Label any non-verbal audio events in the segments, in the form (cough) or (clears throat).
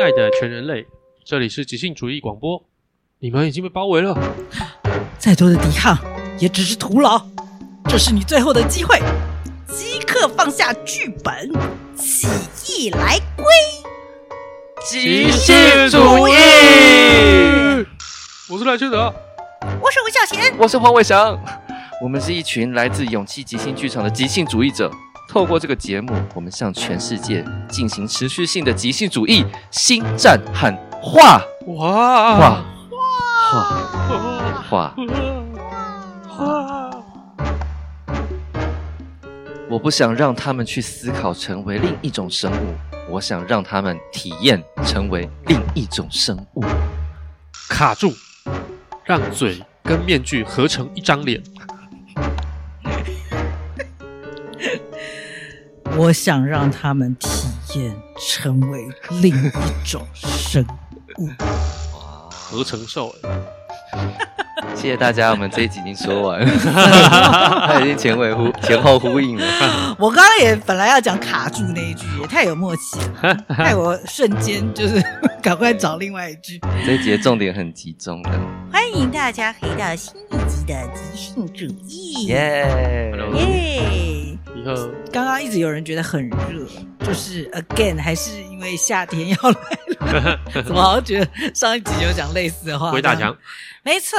爱的全人类，这里是即兴主义广播，你们已经被包围了。再多的抵抗也只是徒劳。这是你最后的机会，即刻放下剧本，起义来归！即兴主义，我是赖缺德，我是吴孝贤，我是黄伟翔，我们是一群来自勇气即兴剧场的即兴主义者。透过这个节目，我们向全世界进行持续性的即兴主义新战喊话哇哇哇！哇哇！哇！我不想让他们去思考成为另一种生物，我想让他们体验成为另一种生物。卡住，让嘴跟面具合成一张脸。我想让他们体验成为另一种生物。合成兽、欸，谢谢大家，我们这一集已经说完 (laughs) 了，他已经前尾呼前后呼应 (laughs) 了。我刚刚也本来要讲卡住那一句，也太有默契 (laughs) 了，害我瞬间就是 (laughs) 赶快找另外一句。这一集的重点很集中的，欢迎大家回到新一集的即兴主义，耶！耶、 Hello 以后刚刚一直有人觉得很热，就是 again 还是因为夏天要 (laughs) 来了，怎么好像觉得上一集有讲类似的话？鬼打墙，没错。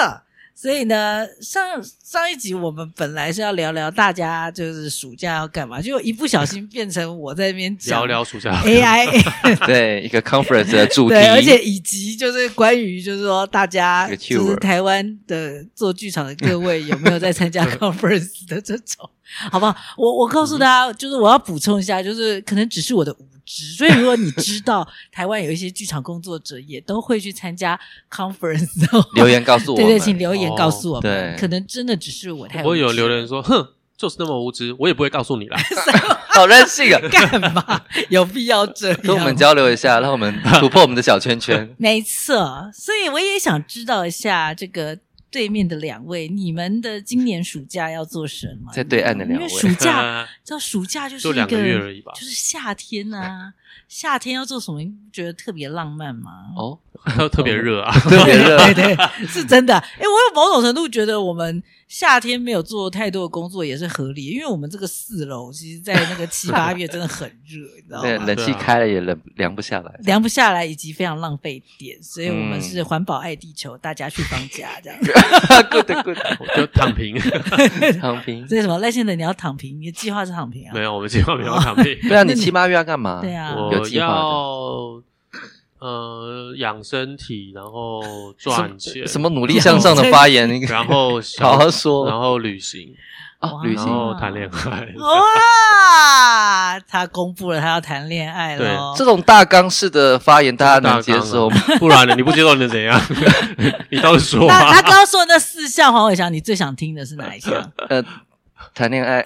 所以呢，上上一集我们本来是要聊聊大家就是暑假要干嘛，结果一不小心变成我在那边讲聊聊暑假 (laughs) AI， (laughs) 对，一个 conference 的主题，对，而且以及就是关于就是说大家一个 keyword 就是台湾的做剧场的各位有没有在参加 (laughs) conference 的这种，好不好？我我告诉大家，就是我要补充一下，就是可能只是我的无知，所以如果你知道台湾有一些剧场工作者也都会去参加 conference 的话， (laughs) 留言告诉我对们，对，请留言哦告诉我们，对可能真的只是我太我有无知 (laughs) 留人说，哼，就是那么无知，我也不会告诉你 (laughs) 啦。好任性啊！干嘛？有必要这样吗？。跟我们交流一下，让我们突破我们的小圈圈 (laughs) 没错，所以我也想知道一下这个对面的两位，你们的今年暑假要做什么？在对岸的两位因为暑 (laughs) 假，啊知道暑假就是就一两个月而已吧就是夏天啊，夏天要做什么？你不觉得特别浪漫 (laughs) 吗？哦，特别热啊，特别热，对对，是真的。哎、我有某种程度觉得我们夏天没有做太多的工作也是合理，因为我们这个四楼其实，在那个七八月真的很热， (laughs) 你知道 (laughs) 对，吗？冷气开了也冷凉不下来。凉不下来，以及非常浪费电，所以我们嗯是环保爱地球，大家去放假这样。啊 (laughs) good good， (laughs) 我就躺平。躺平。这是什么赖先生，你要躺平，你的计划是躺平啊？没有，我们计划没有躺平。对啊，你七八月要干嘛？对啊，有我计划的要呃养身体，然后赚钱，什么努力向上的发言，然 (laughs) 后小好好说然后旅行，啊，旅然行。啊后谈恋爱。哇，他公布了他要谈恋爱了，这种大纲式的发言，大家能接受吗？啊不然呢？你不接受你能怎样？ (laughs) 你倒是说那他啊！刚刚说的那四项，黄伟翔，你最想听的是哪 (laughs) 一项？ (laughs) 呃，谈恋爱，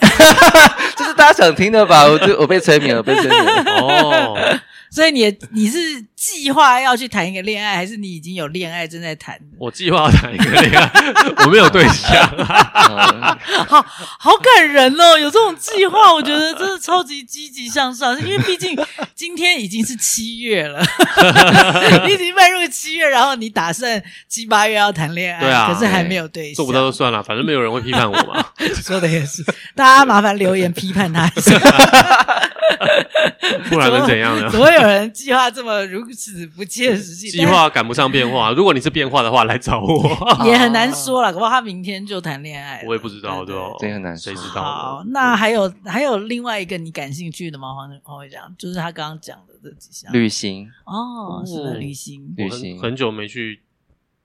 这是大家想听的吧？我就我被催眠了，被催眠了。 (laughs) 哦，所以你你是计划要去谈一个恋爱，还是你已经有恋爱正在谈？我计划谈一个恋爱，我 (laughs) 没有对象。嗯好好感人哦，有这种计划，我觉得真的超级积极向上，因为毕竟今天已经是七 (laughs) 月了， (laughs) 你已经迈入七月，然后你打算七八月要谈恋爱，对啊可是还没有对象，做不到就算了，反正没有人会批判我嘛。 (laughs) 说的也是， (laughs) 大家麻烦留言批判他一下， (laughs) 不然能怎样呢 (laughs) 怎？么有人计划这么如此不切实 (laughs) 际？计划赶不上变化，如果你是变化的话，来找我。 (laughs) 但是也很难说了，搞不好他明天就谈恋爱了，我也不知道，对吧？这个很难说谁知道好，？那还有还有另外一个你感兴趣的吗？黄黄会长，就是他刚刚讲的这几项。旅行，哦，是的，嗯旅行我旅很行很久没去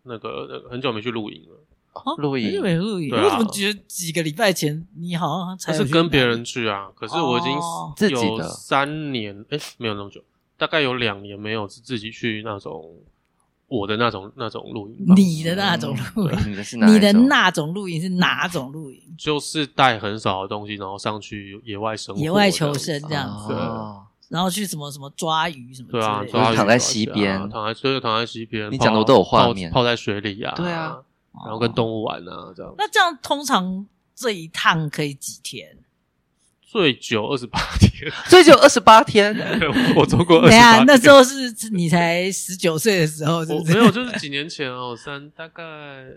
那个那个很久没去露营了，哦露营日本露营，对啊我怎么觉得几个礼拜前你好像才但有是去跟别哪里人去啊。可是我已经哦自己有的三年，哎，没有那么久，大概有两年没有自自己去那种我的那种那种露营吧。你的那种露营，你的嗯是哪一种？你的那种露营是哪种露营？就是带很少的东西，然后上去野外生活、野外求生这样子，哦然后去什么什么抓鱼什么之对类啊的，，抓鱼躺在抓溪虾边躺在对，躺在溪边。你泡讲的我都有画面泡泡在水里啊，对啊，哦然后跟动物玩啊，这样。那这样通常这一趟可以几天？最久二十八天，天， (laughs) 所以就二十八天，我我做过二等十一下八，啊那时候是你才十九岁的时候，是 (laughs) 我不 (laughs) 是？没有，就是几年前哦，三大概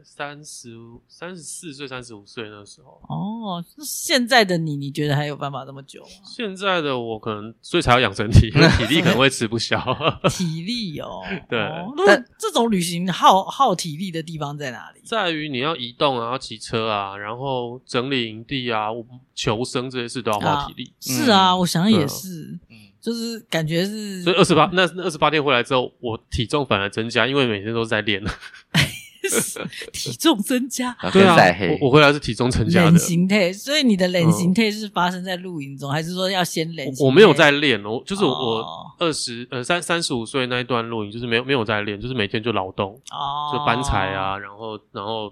三十三十四岁、三十五岁那时候。哦，那现在的你，你觉得还有办法这么久 (laughs) 吗？现在的我可能所以才要养身体，因为体力可能会吃不消。 (laughs) 体力哦，对哦那么这种旅行耗耗体力的地方在哪里？在于你要移动啊，要骑车啊，然后整理营地啊，我求生这些事都要花体力。是啊，嗯我想也对啊是，嗯就是感觉是所以二十八那那二十八天回来之后，我体重反而增加，因为每天都是在练。 (laughs) 体重增加。然后对跟啊晒，黑，我我回来是体重增加冷的。形态，所以你的冷嗯形态是发生在露营中，还是说要先冷形我我没有态在练，我就是我哦我二十呃三三十五岁那一段露营，就是没有没有在练，就是每天就劳动，哦，就搬柴，啊，然后然后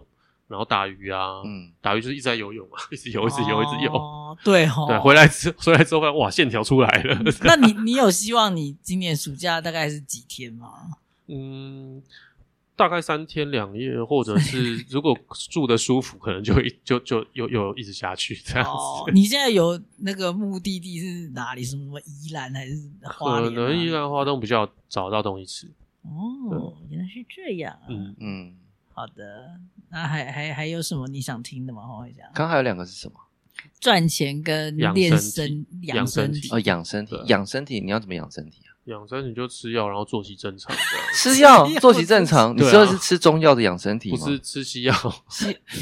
然后打鱼啊，嗯，打鱼就是一直在游泳啊，一 (laughs) 直游一直游一直游。哦，对哦，对，回来之回来之后发现哇，线条出来了。 (laughs) 那你你有希望你今年暑假大概是几 (laughs) 天吗？嗯，大概三天两夜，或者 (laughs) 是如果住的舒服，可能就一就就又又一直下去这样子。哦，你现在有那个目的地是哪里？什么什么宜兰还是花可莲？啊能依。然花东比较找到东西吃。哦，原来是这样啊。嗯，嗯，好的，那还还还有什么你想听的吗？黄伟翔，刚刚还有两个是什么？赚钱跟养练身身体养养身身体体哦，养身体对，啊养身体，你要怎么养身体啊？养生你就吃药，然后作息正常 (laughs) 这样吃药吃药，作息正常。你 (laughs) 对啊说的是吃中药的养身体不吗？是吃西药。 (laughs) (laughs)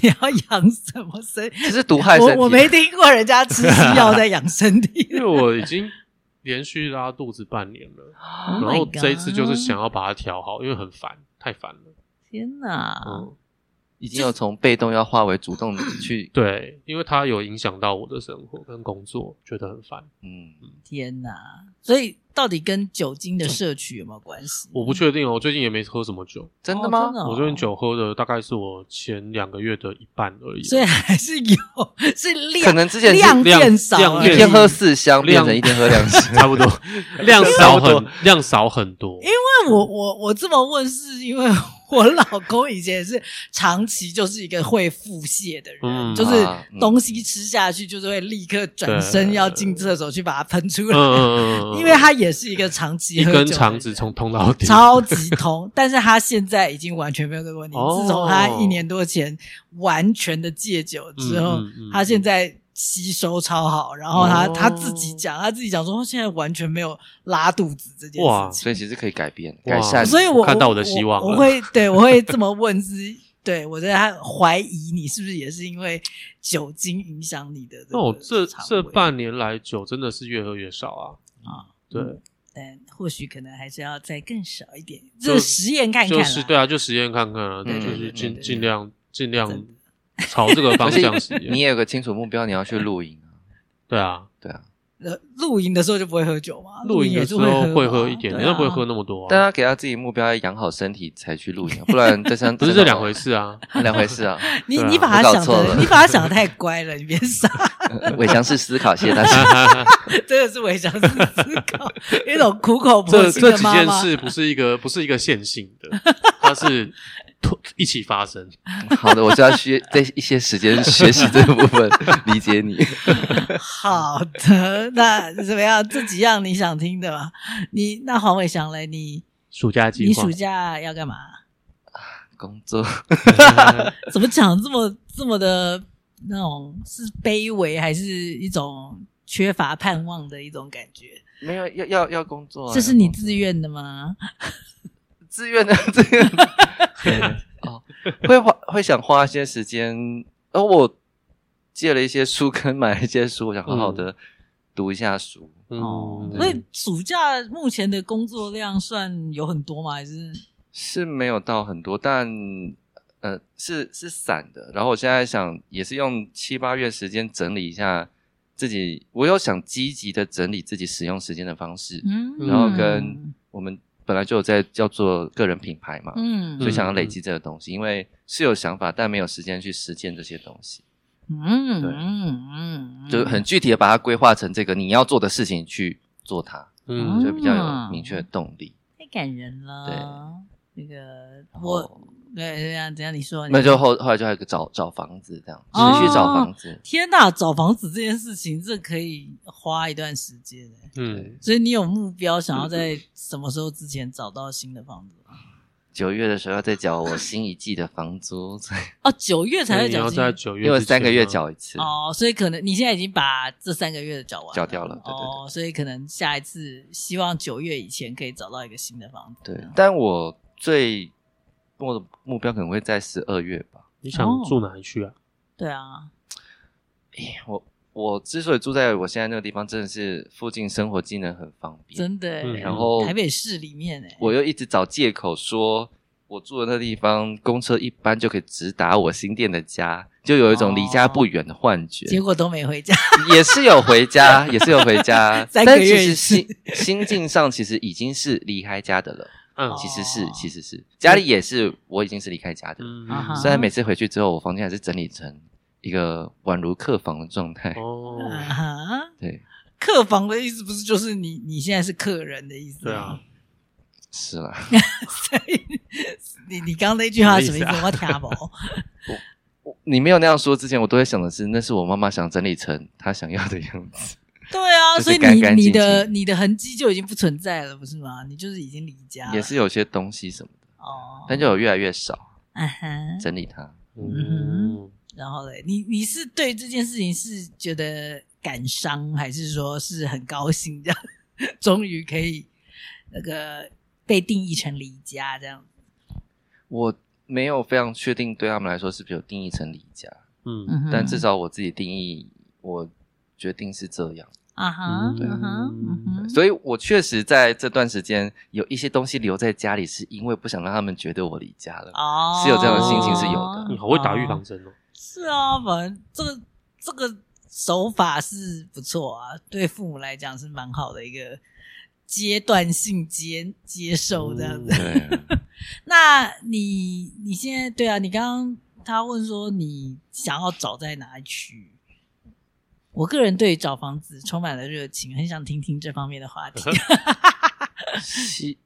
你要养什么身？这是毒害身体。啊我我没听过人家吃西药在养身因 (laughs) (laughs) 体。为我已经连续拉肚子半年了，然然后这一次就是想要把它调好，因为很烦，太烦了。天哪！嗯，已经有从被动要化为主动 (laughs) 去，对，因为它有影响到我的生活跟工作，觉得很烦。嗯，天哪！所以到底跟酒精的摄取有没有关系？我不确定哦，我最近也没喝什么酒，真的哦吗？真的哦我最近酒喝的大概是我前两个月的一半而已。所以还是有，是量可能之前是量量变少量了，变一天喝四箱变成一天喝两箱， (laughs) 差不 (laughs) 多，量少很量少很多。因为我我我这么问，是因为我老公以前也是长期就是一个会腹泻的人，嗯就是啊嗯东西吃下去就是会立刻转身要进厕所去把它喷出嗯来，嗯嗯嗯， (laughs) 因为他也是一个长期一喝酒的根人肠子从通到底， (laughs) 超级痛，但是他现在已经完全没有这个问题。哦自从他一年多前完全的戒酒之后，嗯嗯嗯他现在吸收超好。然后他、哦他自己讲，他自己讲说，他现在完全没有拉肚子这件哇事所情。以其实可以改变、哇改善。所以我我看到我的希望了我，(laughs) 我会对我会这么问是。对，我在他怀疑你是不是也是因为酒精影响你的那我哦这个肠胃这半年来酒真的是越喝越少啊。啊，对，但或许可能还是要再更少一点，就这实验看看就啦。是对啊，就实验看看啊，嗯就是对对尽对尽量尽量真的朝这个方向实 (laughs) 你验。也有个清楚目标，你要去露营啊。对啊，对啊，呃，露营的时候就不会喝酒嘛，露营哦也的是时候会会嘛喝一点，对但啊不会喝那么多大啊，家给他自己目标要养好身体才去露营啊，不然 (laughs) 这三不是这两回，事啊。 (laughs) 两回事 (laughs) 啊。你对啊你把我它搞想错的，了你把它想的太乖了，你别傻， (laughs) 伟强是思考，谢谢大 (laughs) 家。真的是违章思考，有一种苦口婆这心这的几妈件妈。事不是一个不是一个线性的，它是一起发生。好的，我就要需在一些时间学习这个部分，理 (laughs) 解你。好的，那怎么样？这几样你想听的吗？你那黄伟翔嘞，你暑假你计划暑，假要干嘛？工作怎么讲这么这么的那种是卑微，还是一种缺乏盼望的一种感觉？没有要要要工作啊，这是要你工作自愿的吗？自愿的自愿 (laughs) 的哦，会花会想花一些时间，而我借了一些书跟买了一些书，我想好好的读一下书。哦嗯，，所以暑假目前的工作量算有很多吗？还是是没有到很多，但呃是是散的。然后我现在想也是用七八月时间整理一下自己，我有想积极的整理自己使用时间的方式，嗯，然后跟我们本来就有在叫做个人品牌嘛，嗯所以想要累积这个东西，因为是有想法，但没有时间去实践这些东西。嗯对嗯就是很具体的把它规划成这个你要做的事情去做它，嗯哦就比较啊有明确的动力。太感人了。那个我对怎样怎样你说，你那就后后来就还哦有个找找房子这样，哦持续找房子，天呐，找房子这件事情，这可以花一段时间的、嗯，所以你有目标，想要嗯在什么时候之前找到新的房子吗？九月的时候要再缴我新一季的房租， (laughs) 所以哦，九月才那会你缴嗯要清在九月因为我之三个前啊月吗，缴一次，哦，所以可能你现在已经把这三个月的缴完缴掉了对对哦，所以可能下一次希望九月以前可以找到一个新的房子。对。但我最我的目标可能会在十二月吧。你想哦住哪一区啊？对啊，诶我我之所以住在我现在那个地方，真的是附近生活机能很方便，真的欸、嗯然后台北市里面哎、我又一直找借口说。我住的那地方，公车一般就可以直达我新店的家，就有一种离家不远的幻觉。哦结果都没回家。，也是有回家，也是有回 (laughs) 家三个但其月一次实心心境上其实已经是离开家的了，嗯其实哦是其实是家里也是我已经是离开家的了，嗯啊哈虽然每次回去之后，我房间还是整理成一个宛如客房的状态，哦，啊哈 (laughs) 对，客房的意思不是就是你你现在是客人的意思对吗啊？，是啦，所以你你刚刚那句话什什么么意意思思？啊我听不懂。我你没有那样说之前，我都会想的是，那是我妈妈想整理成她想要的样子，对啊， (laughs) 就是所以干你干你净的净你的痕迹就已经不存在了，不是吗？你就是已经离家了也是有些东西什么的，啊哦，但就有越来越少嗯哼，整理它。嗯嗯，然后嘞，你你是对这件事情是觉得感伤，还是说是很高兴这样？ (laughs) 终于可以那个被定义成离家这样子？我没有非常确定对他们来说是不是有定义成离家，嗯嗯哼但至少我自己定义，我决定是这样。啊哈嗯对啊哈嗯哼所以我确实在这段时间有一些东西留在家里，是因为不想让他们觉得我离家 (laughs) 了。哦，是有这样的心情是有的你好会打预防针哦，是啊，反正这个这个手法是不错啊，对父母来讲是蛮好的一个阶段性接接受哦这样子。嗯对，啊那你你现在对啊，你刚刚他问说你想要找在哪一区？我个人对于找房子充满了热情，很想听听这方面的话题。习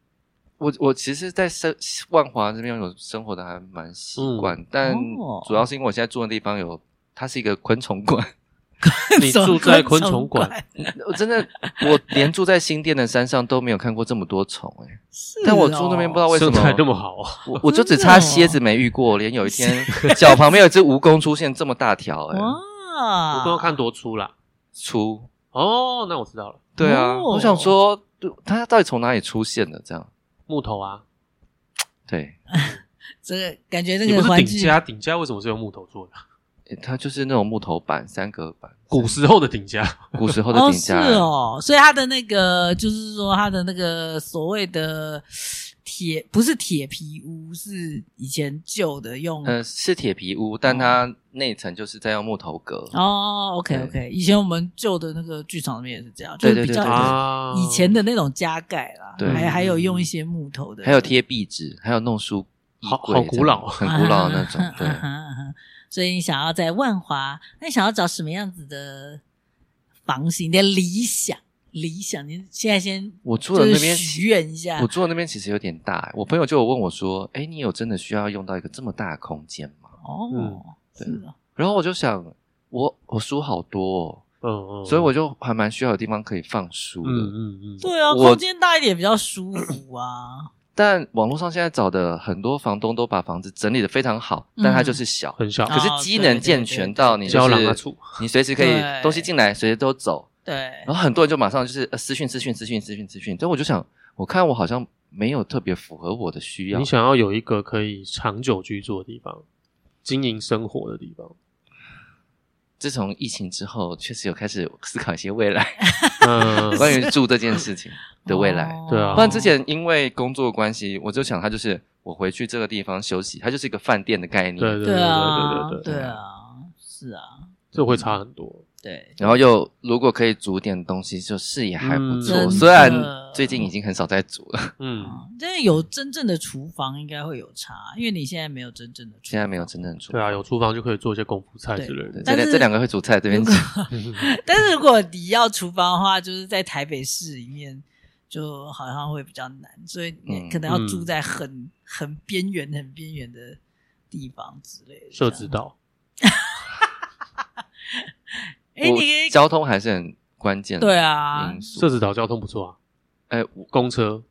我我其实，在生万华这边有生活的还蛮习惯，但嗯哦主要是因为我现在住的地方有，它是一个昆虫馆。 (laughs) (laughs) (laughs) 你住在昆虫虫馆我真的，我连住在新店的山上都没有看过这么多虫哎、欸是但我哦住那边不知道为什生态那么。么好啊，我我就只差蝎子没遇过，连有一天脚旁边有一只蜈蚣出现这么大条哎、欸哇，我刚刚看多粗啦，粗哦，那我知道了，对啊，哦我想说，他到底从哪里出现的？这样，木头啊，对，这个感觉你不那个是环顶境家，顶家为什么是用木头做的？他就是那种木头板、三格板，古时候的顶 (laughs) 家，古时候的哦顶是架。哦，所以他的那个就是说他的那个所谓的铁不是铁皮屋，是以前旧的用呃，是铁皮屋，但它内层就是在用木头隔。哦，OK 对 OK，以前我们旧的那个剧场里面也是这样，就对是比对较对对啊，以前的那种加盖啦，对还还有嗯用一些木头的，还有贴壁纸，还有弄书衣好柜好这样古老很古老的那 (laughs) 种啊。哈对，啊哈啊哈所以你想要在万华，那你想要找什么样子的房型？你的理想，理想，你现在先我住的就那是边，许愿一下我，住的那边其实有点大、哎我朋友就有问我说：“哎，你有真的需要用到一个这么大的空间吗嗯哦，是对哦，？”然后我就想，我我书好多、哦，嗯，嗯嗯，所以我就还蛮需要有地方可以放书嗯的。嗯嗯，对啊，我空间大一点比较舒服啊，但网络上现在找的很多房东都把房子整理的非常好，嗯但它就是小，很小哦，可是机能健全到你就胶囊啊是处，你随时可以对东西进来，随时都走。对然后很多人就马上就是、呃、私讯私讯私讯私讯私讯，但我就想，我看我好像没有特别符合我的需要你。想要有一个可以长久居住的地方，经营生活的地 (laughs) 方，自从疫情之后，确实有开始思考一些未来嗯，关于住这件事情的未来。哦对啊不然之前因为工作关系，我就想它就是我回去这个地方休息，它就是一个饭店的概念。对对对对啊，对对对，对啊，是啊，这会差很多，对，然后又如果可以煮点东西，就视野还不错。嗯虽然真的最近已经很少在煮了，嗯，啊，但是有真正的厨房应该会有差，因为你现在没有真正的厨房，现在没有真正煮。对啊，有厨房就可以做一些功夫菜之类对，的，这但是两这两个会煮菜这边如，果但是如果你要厨房的话，就是在台北市里面，就好像会比较难，所以你嗯可能要住嗯在很、很边缘、很边缘的地方之类的。 (laughs) 设置到哎，诶你可以 (laughs) 我交通还是很关键对啊因素。社子岛交通不错啊，哎、公车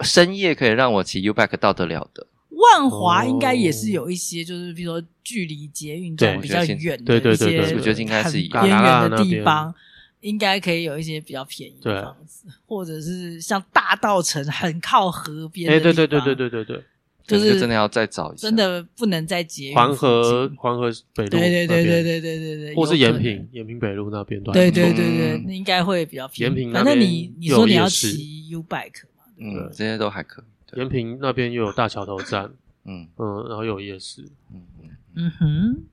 深夜可以让我骑 U Bike 到得了的，万华应该也是有一些，就是比如说距离捷运站哦对比较远的对对对一些对对我觉得应该是有很边缘的地方，应该可以有一些比较便宜的对房子，或者是像大道城很靠河边哎，的对对地方，对对对对对，就可能是就真的要再找一下。真，的不能在捷运环河附近环河北路，对对对对，对对对对，或是有延可能平延平北路那边段，啊对对对对，嗯那应该会比较便延宜。平反那边正你你说你要又有夜骑 U bike 嘛，嗯，这些都还可以。对，延平那边又有大桥头站，嗯嗯，然后有夜市，嗯嗯嗯哼。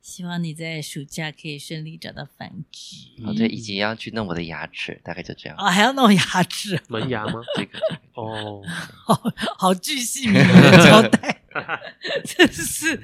希望你在暑假可以顺利找到繁殖。嗯。好，对，以及要去弄我的牙齿，大概就这样。啊，还要弄牙齿，门牙吗？这 (laughs) 个这个哦，好好巨细靡遗的交代，真是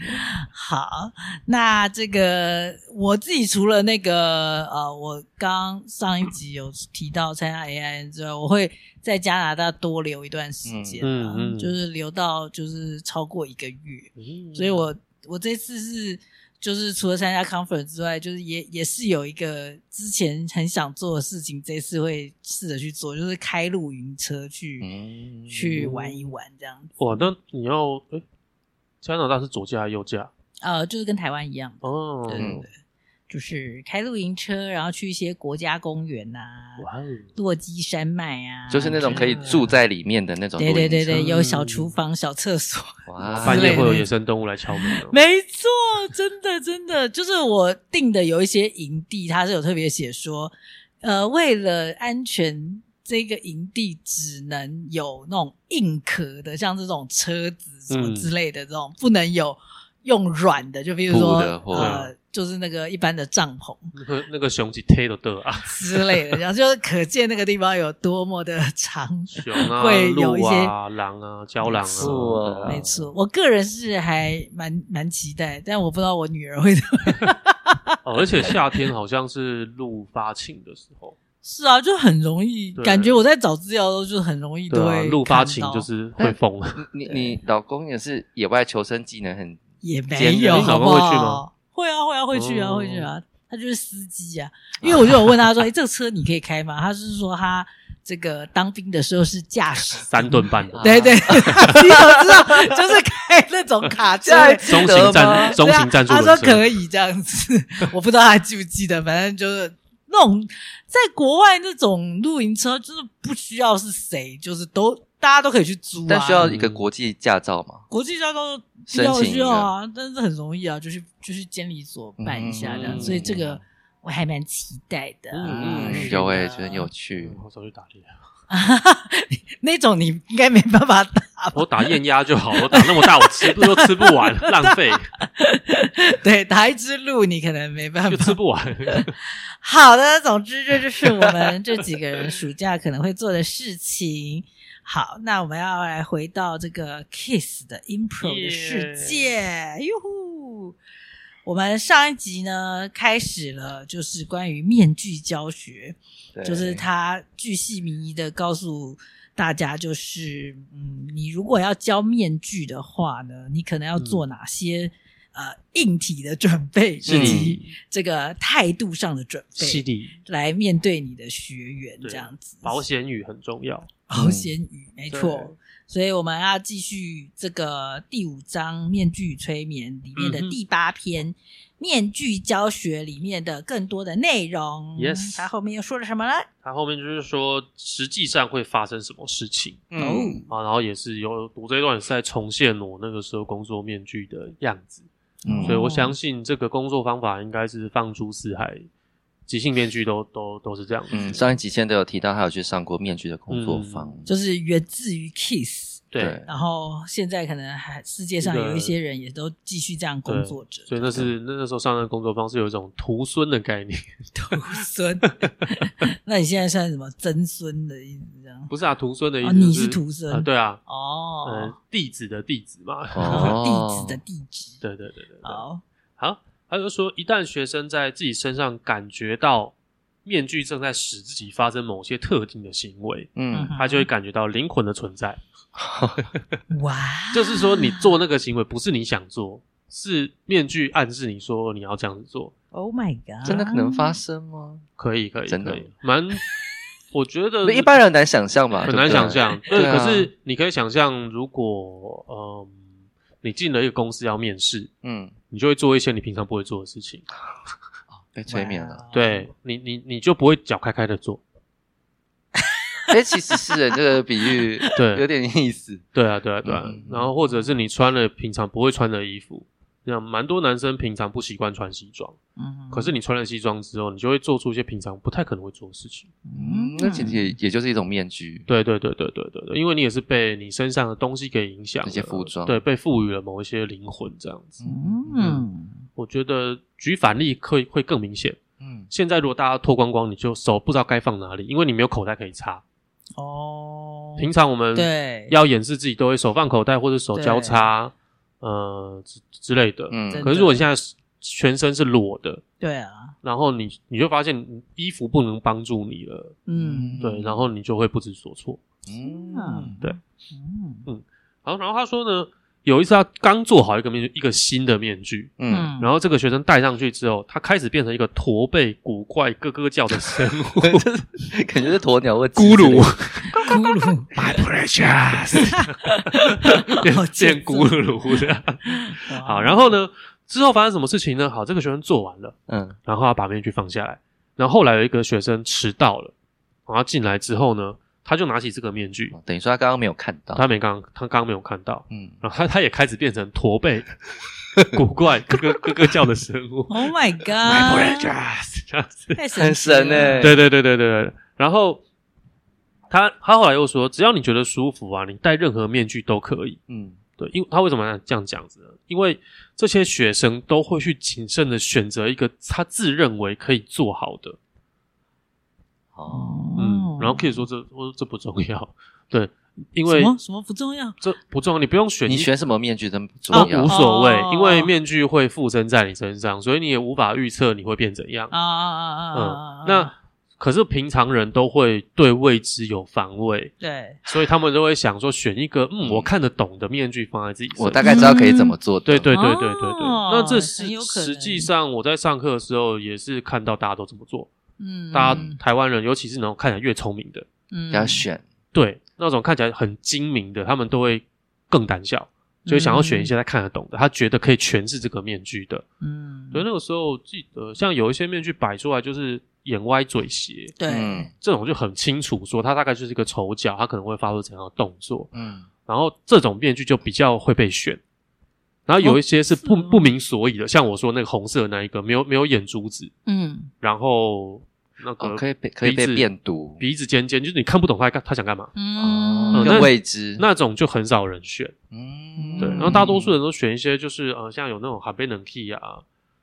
好。那这个我自己除了那个呃，我刚上一集有提到参加 AI 之外，我会在加拿大多留一段时间、啊，嗯嗯嗯就是留到就是超过一个月。嗯所以我我这次是就是除了参加 conference 之外，就是也也是有一个之前很想做的事情，这次会试着去做，就是开露营车去、嗯，去玩一玩这样子。哇，那你要哎，加拿大是左驾还是右驾？呃，就是跟台湾一样，哦，嗯对对对，就是开露营车，然后去一些国家公园呐、哇哦，落基山脉啊，就是那种可以住在里面的那种露对营车。嗯对对对，车有小厨房、小厕所。哇，半夜会有对野生动物来敲门哦，没错，真的真的，就是我定的有一些营地，它是有特别写说，呃，为了安全，这个营地只能有那种硬壳的，像这种车子什么之类的，这种不能有用软的，就比如说布的或呃，就是那个一般的帐篷那个那个雄鸡推都得啊，之类的，然后就是可见那个地方有多么的长熊啊， (laughs) 会有一鹿些啊、狼啊、郊狼没错啊，对啊没错，我个人是还蛮蛮期待，但我不知道我女儿会怎么样。哦，而且夏天好像是鹿发情的时候，是啊，就很容易，对感觉我在找资料的时候就很容易对都啊会，鹿发看情到就是会疯，你你老公也是野外求生技能很也没尖有，锐好不你老公会去好？会啊，会啊，会去啊，哦会去啊。他就是司机啊，因为我就有问他 (laughs) 说：“哎，这个车你可以开吗？”他是说他这个当兵的时候是驾驶， (laughs) 三吨半的啊对对， (laughs) 你有知道就是开那种卡车。中型战中型战术对啊轮车，他说可以这样子， (laughs) 我不知道他记不记得，反正就是那种在国外那种露营车，就是不需要是谁，就是都大家都可以去租啊，但需要一个国际驾照嘛？国际驾照申要请一需个要啊，但是很容易啊，就去就去监理所办一下这样，嗯所以这个我还蛮期待的啊。嗯嗯是，有哎，哎，觉得很有趣嗯。我走去打猎，那种你应该没办法 (laughs) 打，我打艳鸭就好，我打那么大，我吃不都吃不完，浪费对，打一只鹿你可能没办就法吃。不完。嗯好的，总之这就是我们这几个人暑假可能会做的事情。好，那我们要来回到这个 Kiss 的 Impro 的世界，哟呼！我们上一集呢开始了，就是关于面具教学，对就是他巨细靡遗的告诉大家，就是嗯，你如果要教面具的话呢，你可能要做哪些、呃硬体的准备，以是及你这个态度上的准是备，你来面对你的学员对这样子。保险嗯语很重要，保险语，没错。所以我们要继续这个第五章《面具与催眠》里面的嗯哼第八篇《面具教学》里面的更多的内容。 Yes 他后面又说了什么了？他后面就是说实际上会发生什么事情。嗯啊，然后也是有我这一段也是在重现我那个时候工作面具的样子，嗯所以我相信这个工作方法应该是放诸四海，即兴面具都都都是这样子。嗯，上一集现在都有提到，他有去上过面具的工作坊，就是源自于 Kiss，嗯对，然后现在可能还世界上一个有一些人也都继续这样工作着。所以那是那那时候上任工作方式有一种徒孙的概念，徒 (laughs) 孙，那你现在算什么曾孙的意思？这样不是啊，徒孙的意哦，思、你是是徒孙、啊，对啊，哦。嗯，弟子的弟子嘛，哦地址的地址。 (laughs) 对对对对对。好，好，他就说，一旦学生在自己身上感觉到面具正在使自己发生某些特定的行为，嗯嗯他就会感觉到灵魂的存在。哇，就是 (laughs) 说，你做那个行为不是你想做，是面具暗示你说你要这样子做， Oh my god！真的可啊能发生吗？可以可以真的可以，蛮，我觉得 (laughs) 一般人很难想象吧，很对不难对想。象。对啊可是你可以想象，如果嗯，你进了一个公司要面试，嗯，你就会做一些你平常不会做的事情。被催眠了。哇，对你，你你就不会脚开开的做。，哎，其实是人这个比喻 (laughs) 对有点意思。对啊，对啊，对啊。嗯嗯嗯然后或者是你穿了平常不会穿的衣服，像蛮多男生平常不习惯穿西装，嗯可是你穿了西装之后，你就会做出一些平常不太可能会做的事情。嗯，那其实也也就是一种面具。对对对对对对对，因为你也是被你身上的东西给影响了，那些服装对，被赋予了某一些灵魂这样子。嗯，我觉得举反例会会更明显。嗯，现在如果大家脱光光，你就手不知道该放哪里，因为你没有口袋可以插。哦，平常我们对，要掩饰自己，都会手放口袋或者手交叉，呃之之类的。嗯真的可是如果你现在是全身是裸的，对啊，然后你你就发现你衣服不能帮助你了，嗯对，然后你就会不知所措。嗯，对 음.嗯好，然后他说呢，有一次他刚做好一个面具，一个新的面具，嗯，嗯，然后这个学生戴上去之后，他开始变成一个驼背、古怪、咯咯叫的生物，感觉是鸵鸟或鸡 (laughs) 咕之类的噜，咕噜， My precious，变好欠变咕噜的。 (laughs) 好，然后呢，之后发生什么事情呢？好，这个学生做完了，嗯然后他把面具放下来，然后后来有一个学生迟到了，然后进来之后呢，他就拿起这个面具，等于说他刚刚没有看到。他没刚他刚刚没有看到，嗯，然后他他也开始变成驼背、 (laughs) 古怪、咯咯咯咯叫的生 (laughs) 物 Oh，My my god！ precious 这样子。太神很神欸呢、呢。啊对对对对对对。然后他他后来又说，只要你觉得舒服啊，你戴任何面具都可以。嗯，对，因为他为什么这样讲子呢？因为这些学生都会去谨慎的选择一个他自认为可以做好的， 어.哦，嗯，然后可以说这我说这不重要，对，因为哦什么什么不重要，这不重要，你不用嗯选一你选什么面具真不重都要无。所谓，哦因为面具会附身在你身上，所以你也无法预测你会变怎样啊。啊啊啊！嗯，那可是平常人都会对未知有防卫，对，所以他们都会想说选一个嗯我看得懂的面具放在自己身上。我大概知道可以怎么做的。嗯对对对对对对，哦那这很是有可能实际上我在上课的时候也是看到大家都这么做，嗯，大家台湾人尤其是那种看起来越聪明的，嗯给他选。对那种看起来很精明的，他们都会更胆小，就会想要嗯选一些他看得懂的，他觉得可以诠释这个面具的。嗯，所以那个时候记得，像有一些面具摆出来就是眼歪嘴斜，对，嗯这种就很清楚说他大概就是一个丑角，他可能会发出怎样的动作，嗯，然后这种面具就比较会被选。然后有一些是不、哦是哦不明所以的，像我说那个红色的那一个，没有没有眼珠子，嗯然后那个、哦，可以被可以鼻被子变毒，鼻子尖尖，就是你看不懂他干他想干嘛， 음.哦嗯，那更未知。那种就很少人选。嗯，对，然后大多数人都选一些就是呃，像有那种海贝冷 key 啊，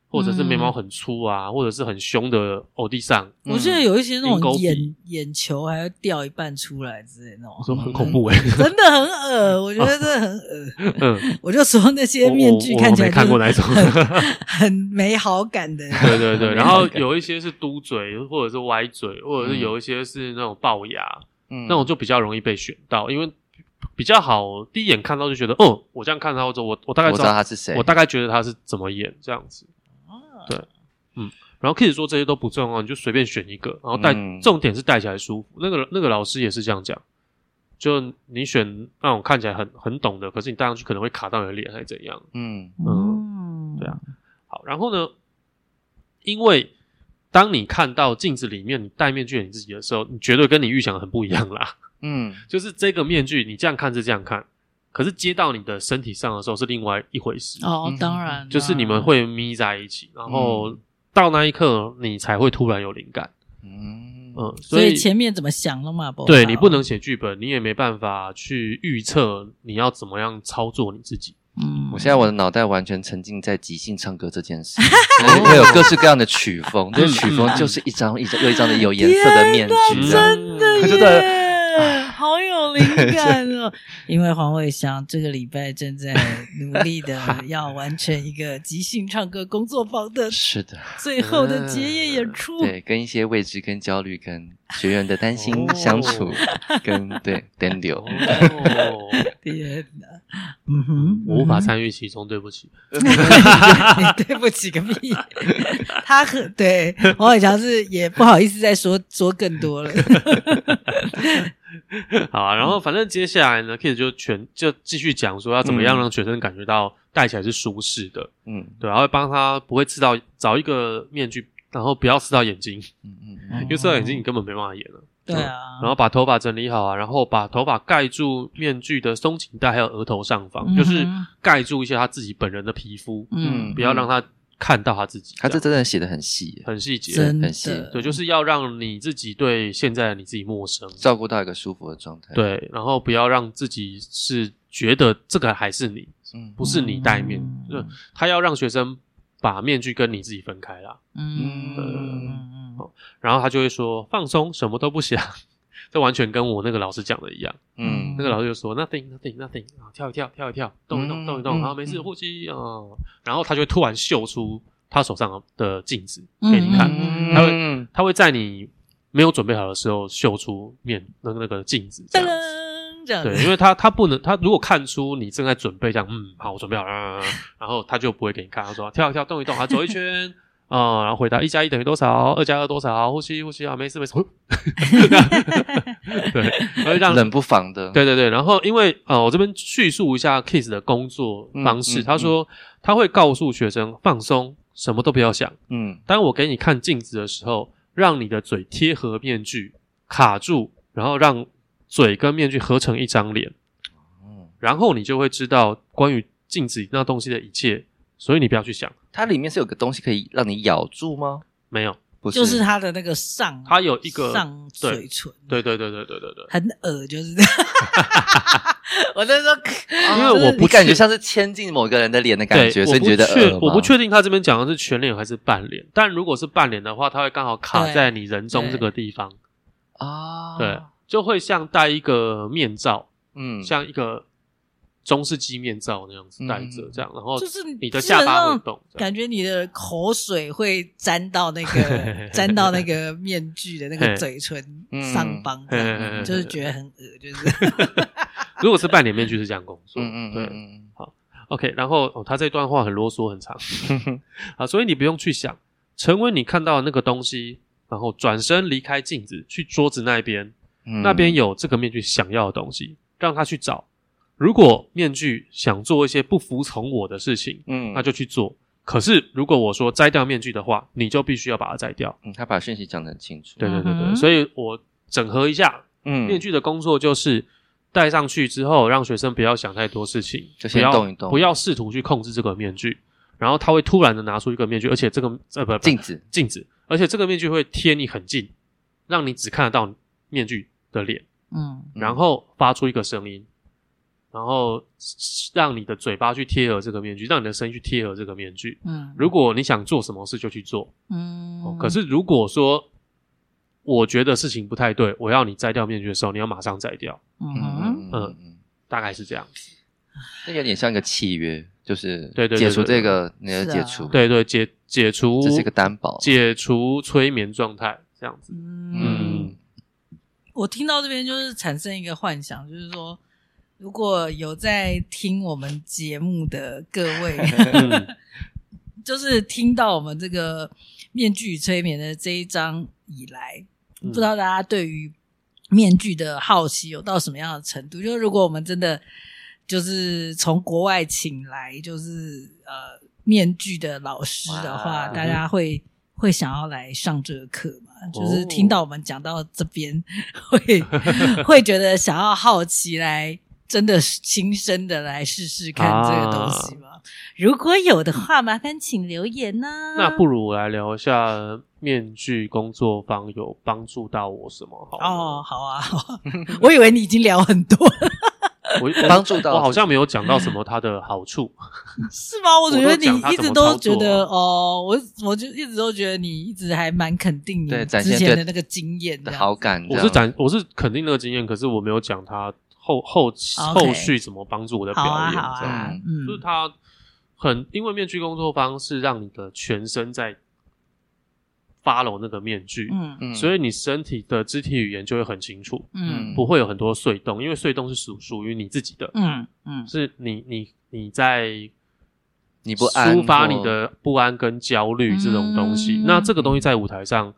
或者是眉嗯毛很粗啊，或者是很凶的欧弟上，我记得有一些那鹰钩种鼻眼眼球还要掉一半出来之类的那种我，说很恐怖哎、真的很恶，我觉得这很恶。 (laughs) 嗯，我就说那些面具我我看起来我没看过哪一种 (laughs) 就是很很没好感的。对对对，嗯然后有一些是嘟嘴，或者是歪嘴，或嗯者是有一些是那种龅牙，那那种就比较容易被选到，因为比较好第一眼看到就觉得，哦，我这样看到之后，我我大概我知道他是谁，我大概觉得他是怎么演这样子。对，嗯，然后可以说这些都不重要，你就随便选一个，然后戴，嗯重点是戴起来舒服。那个那个老师也是这样讲，就你选那种看起来很很懂的，可是你戴上去可能会卡到你的脸还是怎样。嗯嗯，对啊，好，然后呢，因为当你看到镜子里面你戴面具的你自己的时候，你绝对跟你预想的很不一样啦。 (laughs) 嗯就是这个面具，你这样看是这样看，可是接到你的身体上的时候是另外一回事。哦嗯，当然啦，就是你们会眯在一起，然后到那一刻你才会突然有灵感。嗯嗯，所以以嗯前面怎么想了嘛？对你不能写剧本，你也没办法去预测你要怎么样操作你自己。嗯，我现在我的脑袋完全沉浸在即兴唱歌这件 (laughs) 事，就是会有各式各样的曲 (laughs) 风，这曲风嗯就是一张一张又一张的有颜色的面具，天这哪样真的真的耶耶，好有敏感哦。因为黄伟翔这个礼拜正在努 (laughs) 力的要完成一个即兴唱歌工作坊的是的，最后的结嗯业演出。对，跟一些未知、跟焦虑、跟学员的担心哦相处，跟 (laughs) 对 d a n 哦，天哪，嗯哼，我无法嗯哼 (laughs) 参与其中，对不起。你对不起个屁！他很对黄伟强是也不好意思再说说更多 (laughs) 了。好啊，然后反正接下来呢，Kid 就全就继续讲说要怎么样让学生感觉到戴起来是舒适的，嗯对，然后帮他不会刺到，找一个面具，然后不要刺到眼睛，嗯嗯因为刺到眼睛你根本没办法演了。对啊，然后把头发整理好啊，然后把头发盖住面具的松紧带，还有额头上方，嗯哼就是盖住一些他自己本人的皮肤，嗯，不要让他看到他自己。他这样真的写的很细耶，很细节，真的很细对，就是要让你自己对现在的你自己陌生，照顾到一个舒服的状态。，对，然后不要让自己是觉得这个还是你，嗯，不是你戴面，嗯就他要让学生把面具跟你自己分开啦，嗯对嗯嗯然后他就会说放松，什么都不想。 (laughs) 这完全跟我那个老师讲的一样，嗯那个老师就说 nothing nothing nothing，啊，跳一跳跳一跳，动一动嗯动一动，嗯然后没事嗯呼吸啊、哦然后他就会突然秀出他手上的镜子嗯给你看，嗯他嗯，他会在你没有准备好的时候秀出面那个那个镜子，这噔样噔嗯这样对，因子，为他他不能，他如果看出你正在准备这样，嗯，好，我准备好了，嗯嗯嗯然后他就不会给你看，他说跳一跳，动一动，啊，走一圈，啊、然后回答一加一等于多少，二加二多少，呼吸呼吸啊，没事没事， (laughs) 呼对，然后让冷不防的，对对对，然后因为呃，我这边叙述一下 Kiss 的工作方式，嗯嗯他说他会告诉学生放松，什么都不要想。嗯，当我给你看镜子的时候，让你的嘴贴合面具卡住，然后让嘴跟面具合成一张脸，嗯，然后你就会知道关于镜子那东西的一切。所以你不要去想，它里面是有个东西可以让你咬住吗？没有，不是，就是他的那个上，他有一个上嘴唇，对对对对对对对，很恶，就是。 (laughs) 我那时候，啊因为我不你感确觉像是牵进某个人的脸的感对，觉，所我以不你觉得确呃我吗不确定他这边讲的是全脸还是半脸，但如果是半脸的话，他会刚好卡对在你人中对这个地方，哦啊，对，就会像戴一个面罩，嗯，像一个中世纪面罩那样子戴着嗯，这样，然后就是哦你的下巴会动，这样感觉你的口水会沾到那 (laughs) 个沾到那个面具的那个嘴唇嗯上方这嘿嘿嘿样，嘿就是觉得很恶，就是 (laughs) 如果是半脸面具是这样工作，嗯嗯嗯对嗯，OK，然后哦，他这段话很啰嗦很长 (laughs) 啊，所以你不用去想，成为你看到的那个东西，然后转身离开镜子，去桌子那边，嗯，那边有这个面具想要的东西，让他去找。如果面具想做一些不服从我的事情，嗯，那就去做。可是如果我说摘掉面具的话，你就必须要把它摘掉。嗯，他把讯息讲得很清楚，对对对嗯对，哼所以我整合一下，嗯，面具的工作就是戴上去之后，让学生不要想太多事情，就不先要动一动不要试图去控制这个面具。然后他会突然的拿出一个面具，而且这个呃不不镜子，镜子，而且这个面具会贴你很近，让你只看得到面具的脸。嗯然后发出一个声音，然后让你的嘴巴去贴合这个面具，让你的声音去贴合这个面具。嗯如果你想做什么事就去做，哦嗯可是如果说我觉得事情不太对，我要你摘掉面具的时候，你要马上摘掉，嗯嗯嗯嗯嗯嗯，大概是这样。那有点像一个契约，就是对对对解除对这个你要是啊解除，，对对，解解除这是一个担保，解除催眠状态这样 (laughs) 子。嗯，我听到这边就是产生一个幻想，就是说，如果有在听我们节目的各 (laughs) 位，嗯就是听到我们这个面具与催眠的这一章以来，嗯不知道大家对于面具的好奇有到什么样的程度？就是如果我们真的就是从国外请来，就是呃面具的老师的话，哇大家会。会想要来上这个课嘛？就是听到我们讲到这边，会 (laughs) 会觉得想要好奇来，真的亲身的来试试看这个东西吗？如果有的话， (laughs) 麻烦请留言呢、那不如我来聊一下面具工作坊有帮助到我什么好了？哦，好啊，好 (laughs) 啊，我以为你已经聊很多了，我帮助到我好像没有讲到什么它的好处。是吗？我都觉得讲你他一怎直么都操觉作得、啊哦，我我就一直都觉得你一直还蛮肯定你 (laughs) 对展之现前对的那个经验的的。好感，我是，展，我是肯定那个经验，可是我没有讲他后后 OK 后续怎么帮助我的表好啊，演，好这样啊，就嗯是，它很因为面具工作坊是让你的全身在 follow 那个面具，嗯嗯所以你身体的肢体语言就会很清楚，嗯不会有很多碎洞，因为碎洞是属属于你自己的，嗯嗯是你你你在你不安抒发或你的不安跟焦虑这种东西。嗯那这个东西在舞台上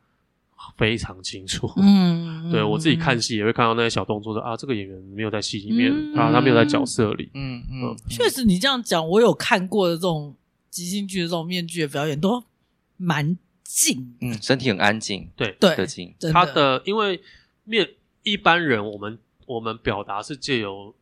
非常清楚。嗯，对我自己看戏也会看到那些小动作的啊，这个演员没有在戏里面，啊嗯他他没有在角色里。嗯嗯嗯，确实，你这样讲，我有看过的这种即兴剧的这种面具的表演，都蛮近，嗯，身体很安静对，对，的静，真他的，的因为面一般人我们我们表达是借由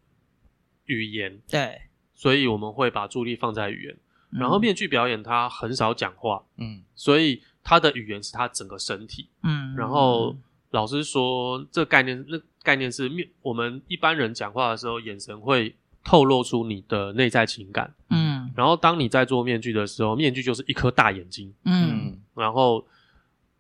语言，对，所以我们会把注意力放在语嗯言。然后面具表演他很少讲话，嗯所以他的语言是他整个身体。嗯，然后老师说，这概念那概念是面我们一般人讲话的时候，眼神会透露出你的内在情感。嗯然后当你在做面具的时候，面具就是一颗大眼睛，嗯嗯然后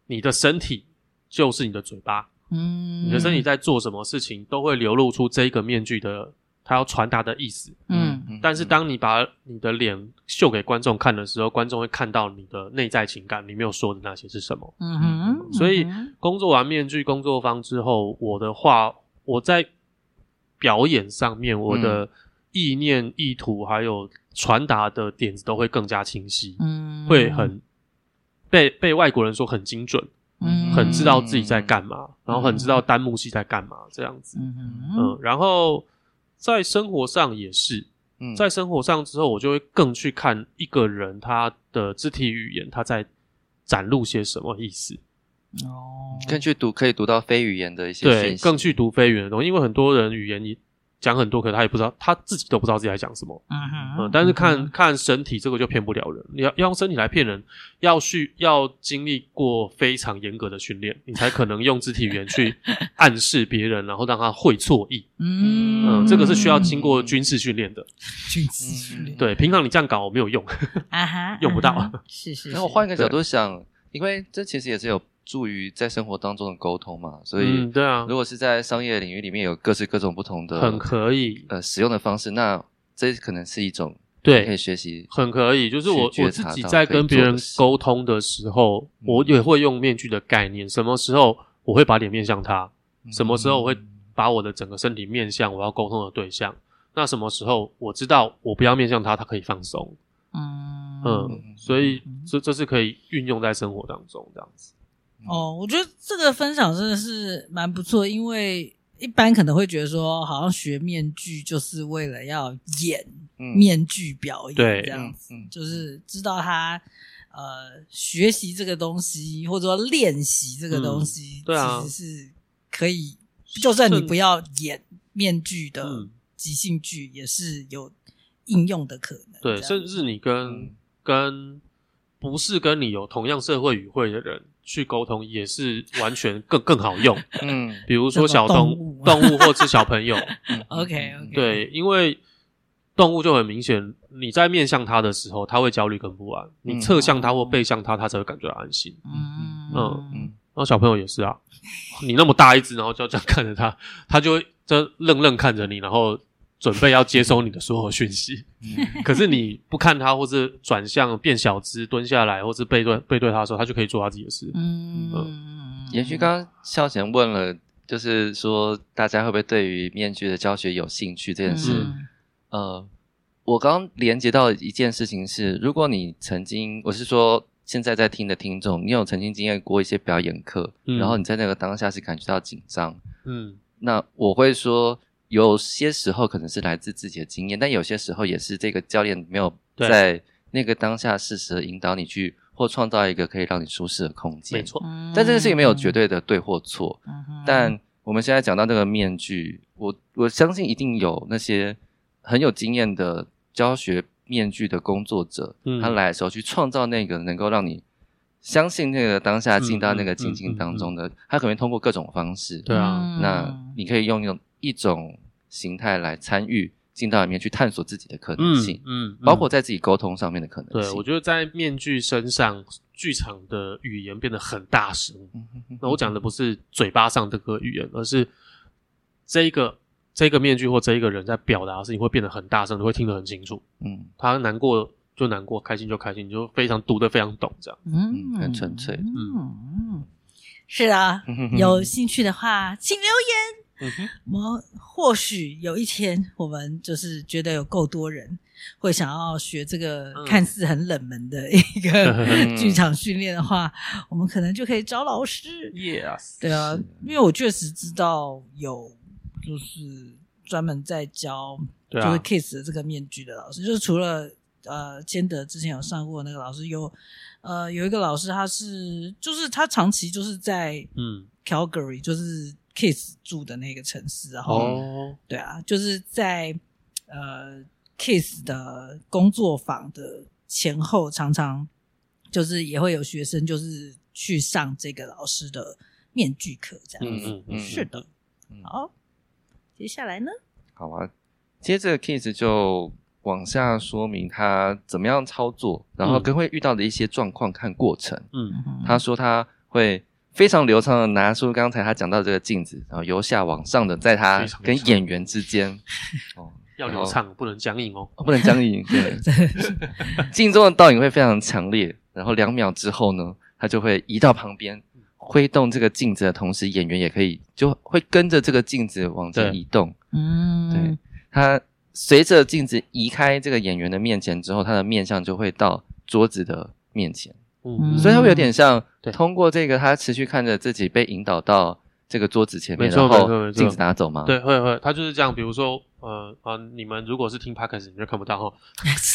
你的身体就是你的嘴巴，嗯，你的身体在做什么事情都会流露出这个面具的它要传达的意思。嗯，嗯但是当你把你的脸秀给观众看的时候，观众会看到你的内在情感，你没有说的那些是什么。嗯哼，所以嗯工作完面具工作坊之后，我的话，我在表演上面，我嗯的意念、意图还有传达的点子都会更加清晰，哼会很被被外国人说很精准，嗯很知道自己在干嘛，然后很知道单幕戏在干嘛这样子。嗯哼嗯，然后在生活上也是，嗯在生活上之后，我就会更去看一个人他的肢体语言，他在展露些什么意思。嗯哦，更去读可以读到非语言的一些对讯，息，更去读非语言的东西，因为很多人语言你讲很多，可他也不知道，他自己都不知道自己在讲什么。嗯哼嗯，但是看、嗯看身体这个就骗不了人，你要要用身体来骗人，要去要经历过非常严格的训练，你才可能用肢体语言去暗示别人，然后让他会错意。嗯，嗯，这个是需要经过军事训练的。军事训练，对，平常你这样搞没有用。啊哈，用不到啊哈，是是，然后是换一个角度想，因为这其实也是有助于在生活当中的沟通嘛，所以嗯，对啊如，果是在商业领域里面有各式各种不同的很可以，呃使用的方式，那这可能是一种可以对，学习。很可以。就是我去我觉自察己到在可以跟别做的人事嗯沟通的时候，我也会用面具的概念。什么时候我会把脸面向他？嗯什么时候我会把我的整个身体面向我要沟通的对象？那什么时候我知道我不要面向他，他可以放松？嗯嗯，所以这这是可以运用在生活当中这样子。哦，我觉得这个分享真的是蛮不错，因为一般可能会觉得说，好像学面具就是为了要演面具表演嗯对这样子，嗯嗯就是知道他呃学习这个东西，或者说练习这个东西，嗯对啊其实是可以，就算你甚不要演面具呃的嗯即兴剧，也是有应用的可能。对，这样甚至你跟、嗯跟不是跟你有同样社会语汇的人去沟通，也是完全更更好用。 (laughs) 嗯比如说什么小动动物动物或是小朋 (laughs) 友， OK 嗯 OK，，对，因为动物就很明显，你在面向它的时候，它会焦虑跟不安；你嗯侧向哦它或背向它，它才会感觉到安心。嗯嗯嗯然后小朋友也是啊，你那么大一只，然后就要这样看着它，它就会这愣愣看着你，然后准备要接收你的所有讯息。 (laughs) 嗯可是你不看它，或是转向变小只，蹲下来，或是背对背对它的时候，它就可以做它自己的事。嗯延续刚刚孝贤问了，就是说大家会不会对于面具的教学有兴趣这件事？嗯呃，我刚连接到一件事情是，如果你曾经，我是说现在在听的听众，你有曾经经验过一些表演课，嗯然后你在那个当下是感觉到紧张，嗯那我会说，有些时候可能是来自自己的经验，但有些时候也是这个教练没有对在那个当下适时的引导你去，或创造一个可以让你舒适的空间。没，错，嗯但这件事情没有绝，对的对或错，嗯哼但我们现在讲到这个面具，我我相信一定有那些很有经验的教学面具的工作者，嗯他来的时候去创造那个能够让你相信那个当下进到那嗯个嗯情境当中的，他可能通过各种方式，对啊嗯那你可以用一种一种形态来参与进到里面去探索自己的可能嗯性，嗯，包括在自己沟通上面的可能对性。我觉得在面具身上，剧场的语言变得很大声。嗯哼哼那我讲的不是嘴巴上这个语言，而是这一个这个面具或这一个人在表达的事情会变得很大声，你会听得很清楚。嗯他难过就难过，开心就开心，你就非常读得非常懂这样。嗯很纯粹的嗯，是啊，嗯，有兴趣的话，请留言。嗯哼，我们或许有一天，我们就是觉得有够多人会想要学这个嗯看似很冷门的一个 (laughs) 嗯剧场训练的话，我们可能就可以找老师。 yes，对啊，因为我确实知道有就是专门在教对就是啊， Kiss 的这个面具的老师，就是除了呃千德之前有上过那个老师，有呃有一个老师他是就是他长期就是在嗯， Calgary 就是 Kiss 住的那个城市，然后、哦，对啊，就是在呃 Kiss 的工作坊的前后，常常就是也会有学生就是去上这个老师的面具课，这嗯样子。嗯嗯，是的，嗯好，接下来呢？好啊，接着 Kiss 就往下说明他怎么样操作，然后嗯跟会遇到的一些状况看过程。嗯他说他会非常流畅的拿出刚才他讲到这个镜子，然后由下往上的，在他非常流跟畅演员之间，哦，要然流后畅，不能僵硬哦。哦不能僵硬，对，镜中的倒影会非常强烈，然后两秒之后呢，他就会移到旁边。挥动这个镜子的同时，演员也可以就会跟着这个镜子往前对移动。嗯，对，他随着镜子移开这个演员的面前之后，他的面相就会到桌子的面前，嗯，所以他会有点像对通过这个，他持续看着自己被引导到这个桌子前面，没错然没错后没错镜子拿走吗？对，会会，他就是这样。比如说，呃啊，你们如果是听 podcast，你就看不到哈，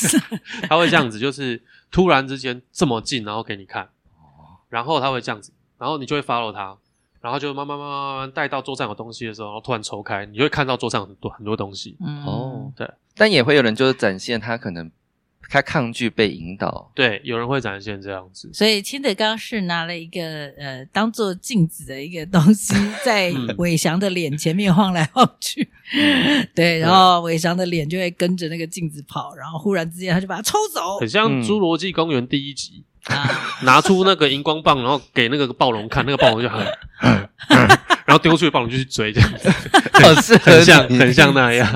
(laughs) 他会这样子，就是突然之间这么近，然后给你看，哦 (laughs) 然后他会这样子，然后你就会 follow 他，然后就慢慢慢慢慢慢带到桌上有东西的时候，然后突然抽开，你就会看到桌上很多很多东西。嗯哦，对但也会有人就是展现他可能他抗拒被 (laughs) 引导，对，有人会展现这样子。所以千德刚是拿了一个呃当做镜子的一个东 (laughs) 西，在嗯伟翔的脸前面晃来晃去，对，然后伟翔的脸就会跟着那个镜子跑，然后忽然之间他就把它抽走很像嗯《侏罗纪公园》第一集，啊，拿出那个荧光棒，然后给那个暴龙看，那个暴龙就很， (laughs) 然后丢出去，暴龙就去追，这样子， (laughs) 哦，是 (laughs) 很像，很像那样。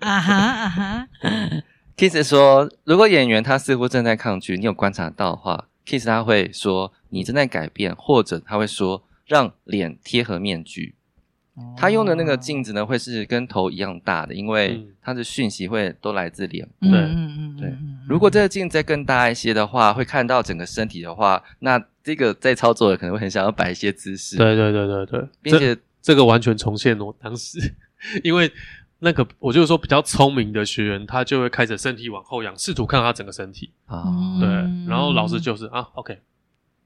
啊哈啊哈， (laughs) Kiss 说，如果演员他似乎正在抗拒，你有观察到的话，Kiss 他会说你正在改变，或者他会说让脸贴合面具。 (laughs) 他用的那个镜子呢，会是跟头一样大的，因为嗯它的讯息会都来自脸。嗯，对嗯嗯对嗯，如果这个镜子再更大一些的话，会看到整个身体的话，那这个在操作的可能会很想要摆一些姿势，， (laughs) 对对对对对，并这且这个完全重现我当时， (laughs) 因为那个我就是说比较聪明的学员，他就会开始身体往后仰，试图看他整个身体。啊，对，嗯然后老师就是啊，OK，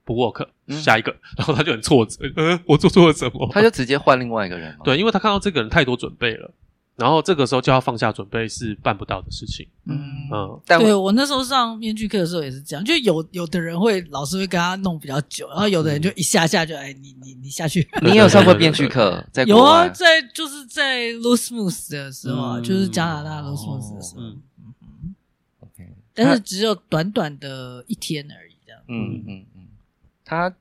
不 work，嗯下一个， (laughs) 然后他就很挫折，呃，我做错了什么？他就直接换另外一个人嘛。 (laughs) 对，因为他看到这个人太多准备了，然后这个时候叫他放下准备是办不到的事情。嗯嗯，但对我那时候上面具课的时候也是这样，就有有的人会老师会跟他弄比较久，然后有的人就嗯一下下就哎你你你下去，嗯你也有 (laughs) 上过面具课，在有国啊，外，在就是在 Los m o o s 的时候啊，嗯就是加拿大 Los m o o s 的时候，哦嗯嗯 OK 但是只有短短的一天而已，这样。嗯嗯嗯，他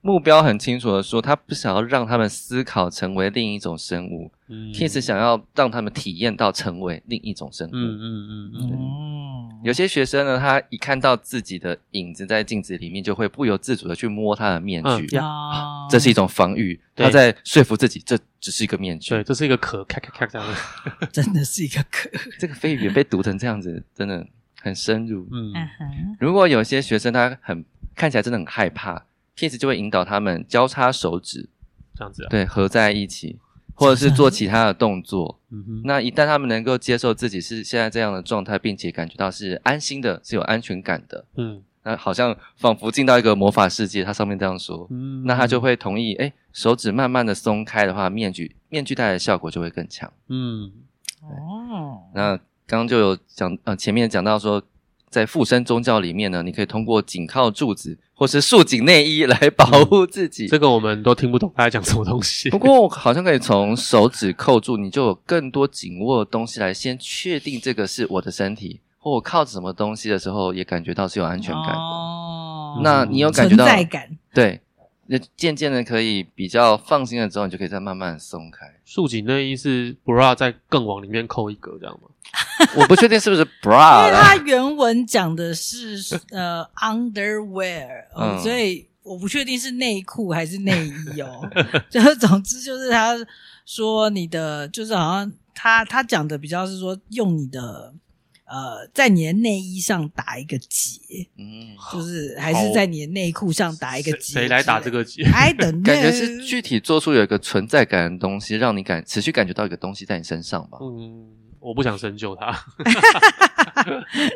目标很清楚的说，他不想要让他们思考成为另一种生物、嗯 k i s s 想要让他们体验到成为另一种生物。嗯嗯嗯嗯，哦，有些学生呢，他一看到自己的影子在镜子里面，就会不由自主的去摸他的面具，嗯啊这是一种防御。对他在说服自己，这只是一个面具对，。这是一个壳，咔咔咔这样的。 (laughs) 真的是一个可，这个飞语被读成这样子，真的很深入。嗯，哼，如果有些学生他很看起来真的很害怕 k i s s 就会引导他们交叉手指，这样子啊。对，合在一起，或者是做其他的动作。嗯哼，那一旦他们能够接受自己是现在这样的状态，并且感觉到是安心的，是有安全感的，嗯那好像仿佛进到一个魔法世界。它上面这样说，嗯，那他就会同意。哎，手指慢慢的松开的话，面具面具带来的效果就会更强。嗯哦，那刚刚就有讲，呃，前面讲到说，在附身宗教里面呢，你可以通过紧靠柱子或是束紧内衣来保护自己。这个我们都听不懂他在讲什么东 (laughs) 西。不过好像可以从手指扣住，你就有更多紧握的东西来先确定这个是我的身体，或我靠着什么东西的时候，也感觉到是有安全感的。哦那你有感觉存到在感，对，那渐渐的可以比较放心了之后，你就可以再慢慢地松开。束紧内衣是 bra 再更往里面扣一格这样吗？我不确定是不是因 bra 为啦它，原文讲的是呃 underwear，、哦嗯所以我不确定是内裤还是内衣哦。 (laughs) 就是总之就是他说你的就是好像他他讲的比较是说用你的呃在你的内衣上打一个结，嗯，就是还是在你的内裤上打一个谁结。谁来打这个结？ ？I don't know， (laughs) 感觉是具体做出有一个存在感的东西，让你感持续感觉到一个东西在你身上吧。嗯，我不想深究 (laughs) 它。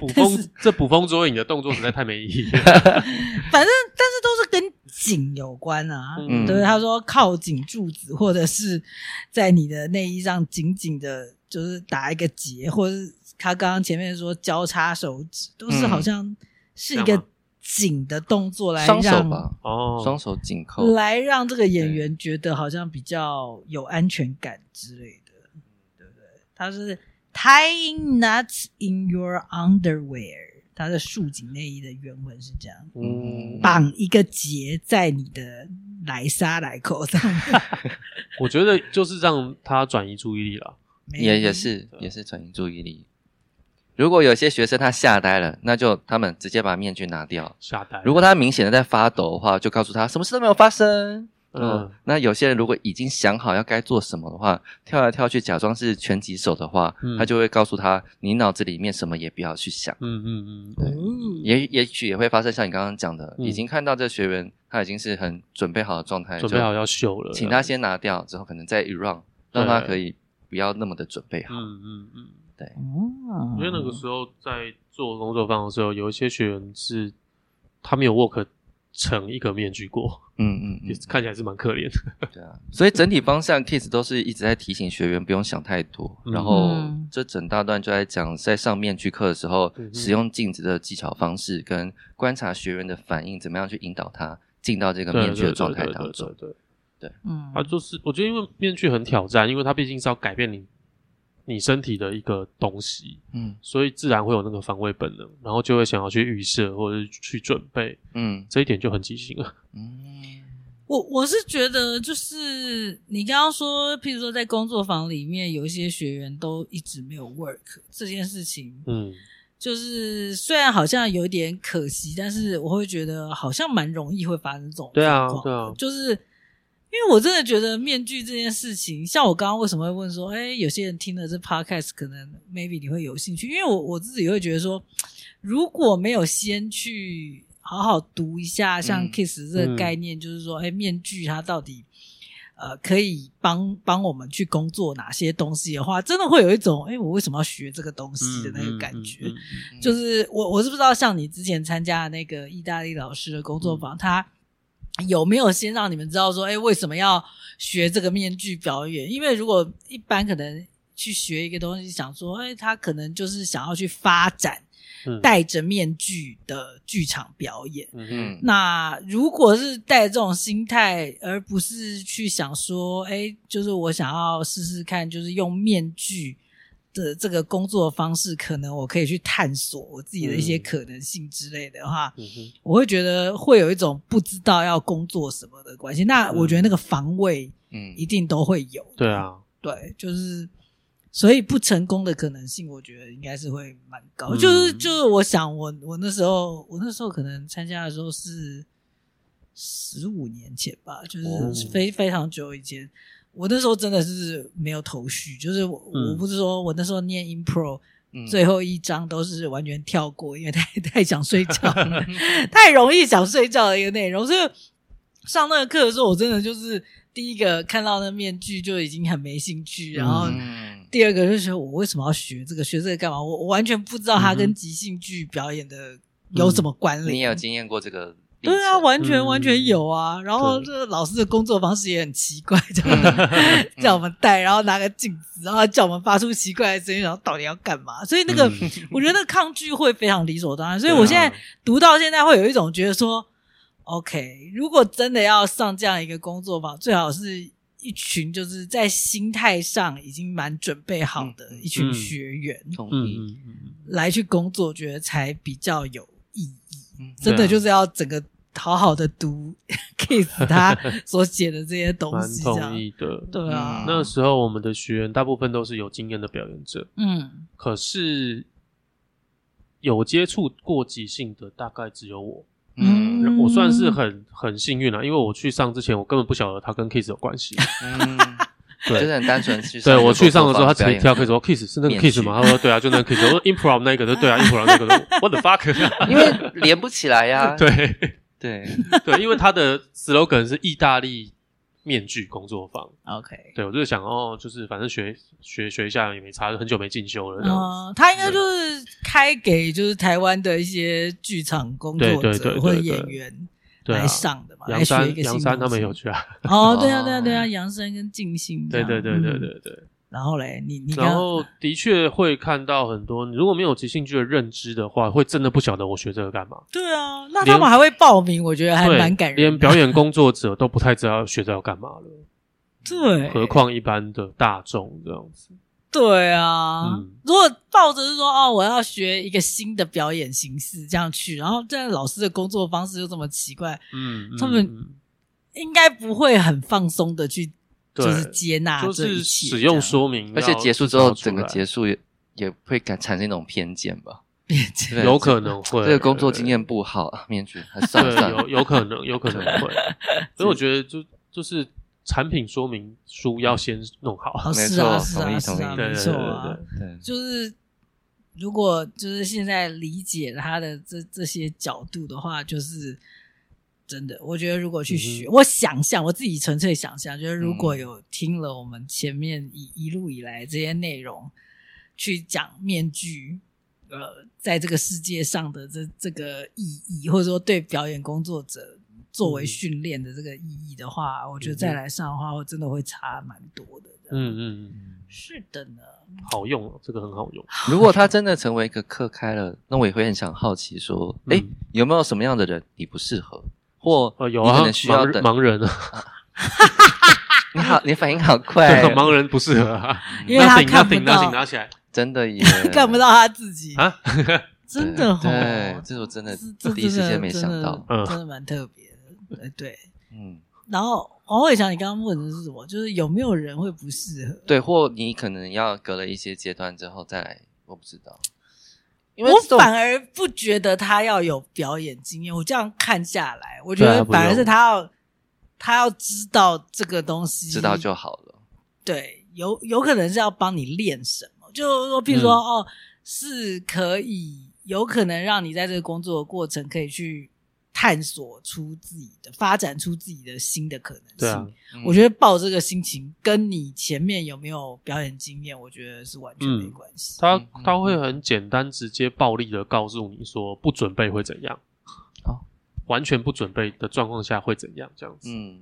捕风这捕风捉影的动作实在太没意义 (laughs) 了。反正但是都是跟紧有关啊。嗯对，他说靠紧柱子，或者是在你的内衣上紧紧的，就是打一个结，或者是他刚刚前面说交叉手指，都是嗯好像是一这样个吗紧的动作来双手让吧，哦，双手紧扣。来让这个演员觉得好像比较有安全感之类的，对不对？他是 tying knots in your underwear，他的束紧内衣的原文是这样。嗯，绑一个结在你的莱莎莱口上面，我觉得就是让他转移注意力了。没也也是也是转移注意力。如果有些学生他吓呆了，那就他们直接把面具拿掉。吓呆了。如果他明显的在发抖的话，就告诉他什么事都没有发生。嗯嗯，那有些人如果已经想好要该做什么的话，跳来跳去假装是拳击手的话，嗯他就会告诉他，你脑子里面什么也不要去想。嗯嗯嗯，哦，也也许也会发生像你刚刚讲的，嗯已经看到这学员他已经是很准备好的状态，准备好要秀了，就请他先拿掉，之后可能再 run，让他可以不要那么的准备好。嗯嗯嗯，哦因为那个时候在做工作坊的时候，有一些学员是他没有 work 成一个面具过，嗯嗯嗯也，看起来是蛮可怜的。对啊，所以整体方向 Kiss 都是一直在提醒学员不用想太多，嗯然后嗯这整大段就在讲在上面具课的时候嗯，哼使用镜子的技巧方式跟观察学员的反应，怎么样去引导他进到这个面具的状态当中。对，嗯他就是我觉得因为面具很挑战，因为它毕竟是要改变你你身体的一个东西，嗯所以自然会有那个防卫本能，然后就会想要去预设或者是去准备，嗯这一点就很畸形了。嗯我我是觉得，就是你刚刚说，譬如说在工作坊里面，有一些学员都一直没有 work 这件事情，嗯就是虽然好像有点可惜，但是我会觉得好像蛮容易会发生这种对啊状况对啊就是因为我真的觉得面具这件事情，像我刚刚为什么会问说，哎，有些人听了这 podcast 可能 maybe 你会有兴趣，因为我我自己会觉得说，如果没有先去好好读一下像嗯 kiss 这个嗯概念，就是说，哎，面具它到底。呃，可以帮帮我们去工作哪些东西的话，真的会有一种，哎、我为什么要学这个东西的那个感觉？嗯嗯嗯嗯就是我我是不知道，像你之前参加的那个意大利老师的工作坊，他有没有先让你们知道说，哎，为什么要学这个面具表演？因为如果一般可能去学一个东西，想说，哎，他可能就是想要去发展嗯戴着面具的剧场表演。嗯嗯嗯那如果是带这种心态，而不是去想说，哎，就是我想要试试看，就是用面具的这个工作方式，可能我可以去探索我自己的一些嗯可能性之类的话，嗯哼我会觉得会有一种不知道要工作什么的关系。那我觉得那个防卫嗯一定都会有，对，啊，对，就是所以不成功的可能性，我觉得应该是会蛮高。嗯就是就是，我想我我那时候我那时候可能参加的时候是十五年前吧，就哦是非、非常久以前。我那时候真的是没有头绪，就是我、嗯我不是说我那时候念 impro，嗯最后一章都是完全跳过，因为太 (laughs) 太想睡觉了， (laughs) 太容易想睡觉的一个内容。所以上那个课的时候，我真的就是第一个看到那面具就已经很没兴趣，然后嗯第二个就是我为什么要学这个，学这个干嘛？我我完全不知道它跟即兴剧表演的有什么关联。你也有经验过这个历程？对啊，完全嗯完全有啊。然后对这个老师的工作方式也很奇怪，叫我嗯们 (laughs) 叫我们戴，然后拿个镜子，然后叫我们发出奇怪的声音，然后到底要干嘛？所以那个、嗯 (laughs) 我觉得那个抗拒会非常理所当然。所以对啊我现在读到现在会有一种觉得说，OK，如果真的要上这样一个工作坊，最好是。一群就是在心态上已经蛮准备好的嗯一群嗯学员同嗯意。嗯嗯嗯来去工作，觉得才比较有意义。嗯真的对啊就是要整个好好的读 (laughs) Kiss 他所写的这些东蛮西，这样同意的。对啊，那时候我们的学员大部分都是有经验的表演者，嗯可是有接触过即兴的大概只有我。嗯嗯我算是很很幸运了、啊因为我去上之前，我根本不晓得他跟 Kiss 有关系。嗯，对就是很单纯去上对一个我去上的时候，他工直作坊接挑表演 Kiss 说 Kiss 是那个面 Kiss 吗？具他说对啊，就那个 Kiss。我说 improv 那个的，对啊，improv 那个的。我的 (laughs) fuck？因为连不起来呀、对对，对，因为他的 slogan 是意大利面具工作坊。 ，OK，对我就是想哦，就是反正学学学一下也没差，很久没进修了这样。嗯，他应该就是开给就是台湾的一些剧场工作对对对者对或者对演员对啊来，上的嘛，杨来学一山个杨新山东他们西有去啊。 (laughs) 哦，对啊，对啊，对啊，杨生跟静心，对对对对嗯。对对。然后嘞，你你刚然后嗯的确会看到很多，你如果没有即兴剧的认知的话，会真的不晓得我学这个干嘛。对啊，那连他们还会报名，我觉得还对，蛮感人的。连表演工作者都不太知道学这要干嘛了，对，何况一般的大众这样子。对啊，嗯如果抱着是说哦，我要学一个新的表演形式这样去，然后这样老师的工作方式又这么奇怪，嗯，嗯他们嗯应该不会很放松的去对就是接纳就这一是切使这样用说明，而且结束之后，整个束结束也也会感产生一种偏见吧。 (laughs) 变成对有可能会这个工作经。验不好，啊面 (laughs) 具还算了对，算了有。有可能，有可能 (laughs) 会。所以我觉得就就是产品说明书要先弄好。哦，没是啊，错是同啊，意是同啊，意对没对错对啊对， (laughs) 对，就是。如果就是现在理解他的这这些角度的话，就是真的，我觉得如果去学，嗯我想象我自己纯粹想象，就是如果嗯有听了我们前面一一路以来这些内容，去讲面具，呃，在这个世界上的这这个意义，或者说对表演工作者作为嗯训练的这个意义的话，我觉得嗯哼再来上的话，我真的会差蛮多的。这样，嗯嗯嗯，是的呢。好用哦，这个很好用。如果他真的成为一个课开了，那我也会很想好奇说，嗯哎、有没有什么样的人你不适合，或呃，有你啊，可能需要盲等。盲 (laughs) 人啊，(laughs) 你好，你反应好快对哦、，盲人不适合啊。因为他顶，那看不顶，那到，顶，，拿起来真的耶 (laughs) 看不到他自己，啊！真的对对哦，这我真的 (laughs) 这第一时间没真想的到。嗯真的蛮特别的。呃，对。嗯，然后黄伟翔，你刚刚问的是什么？就是有没有人会不适合？对，或你可能要隔了一些阶段之后再来，我不知道，因为这我种反而不觉得他要有表演经验。我这样看下来，我觉对得啊不反而用是他要他要知道这个东西，知道就好了。对，有有可能是要帮你练什么，就是说，譬如说，嗯哦，是可以有可能让你在这个工作的过程可以去探索出自己的，发展出自己的新的可能性。对啊，我觉得抱这个心情，跟你前面有没有表演经验，我觉得是完全没关系。他嗯嗯他会很简单、直接、暴力的告诉你说，不准备会怎样？哦，完全不准备的状况下会怎样？这样子，嗯，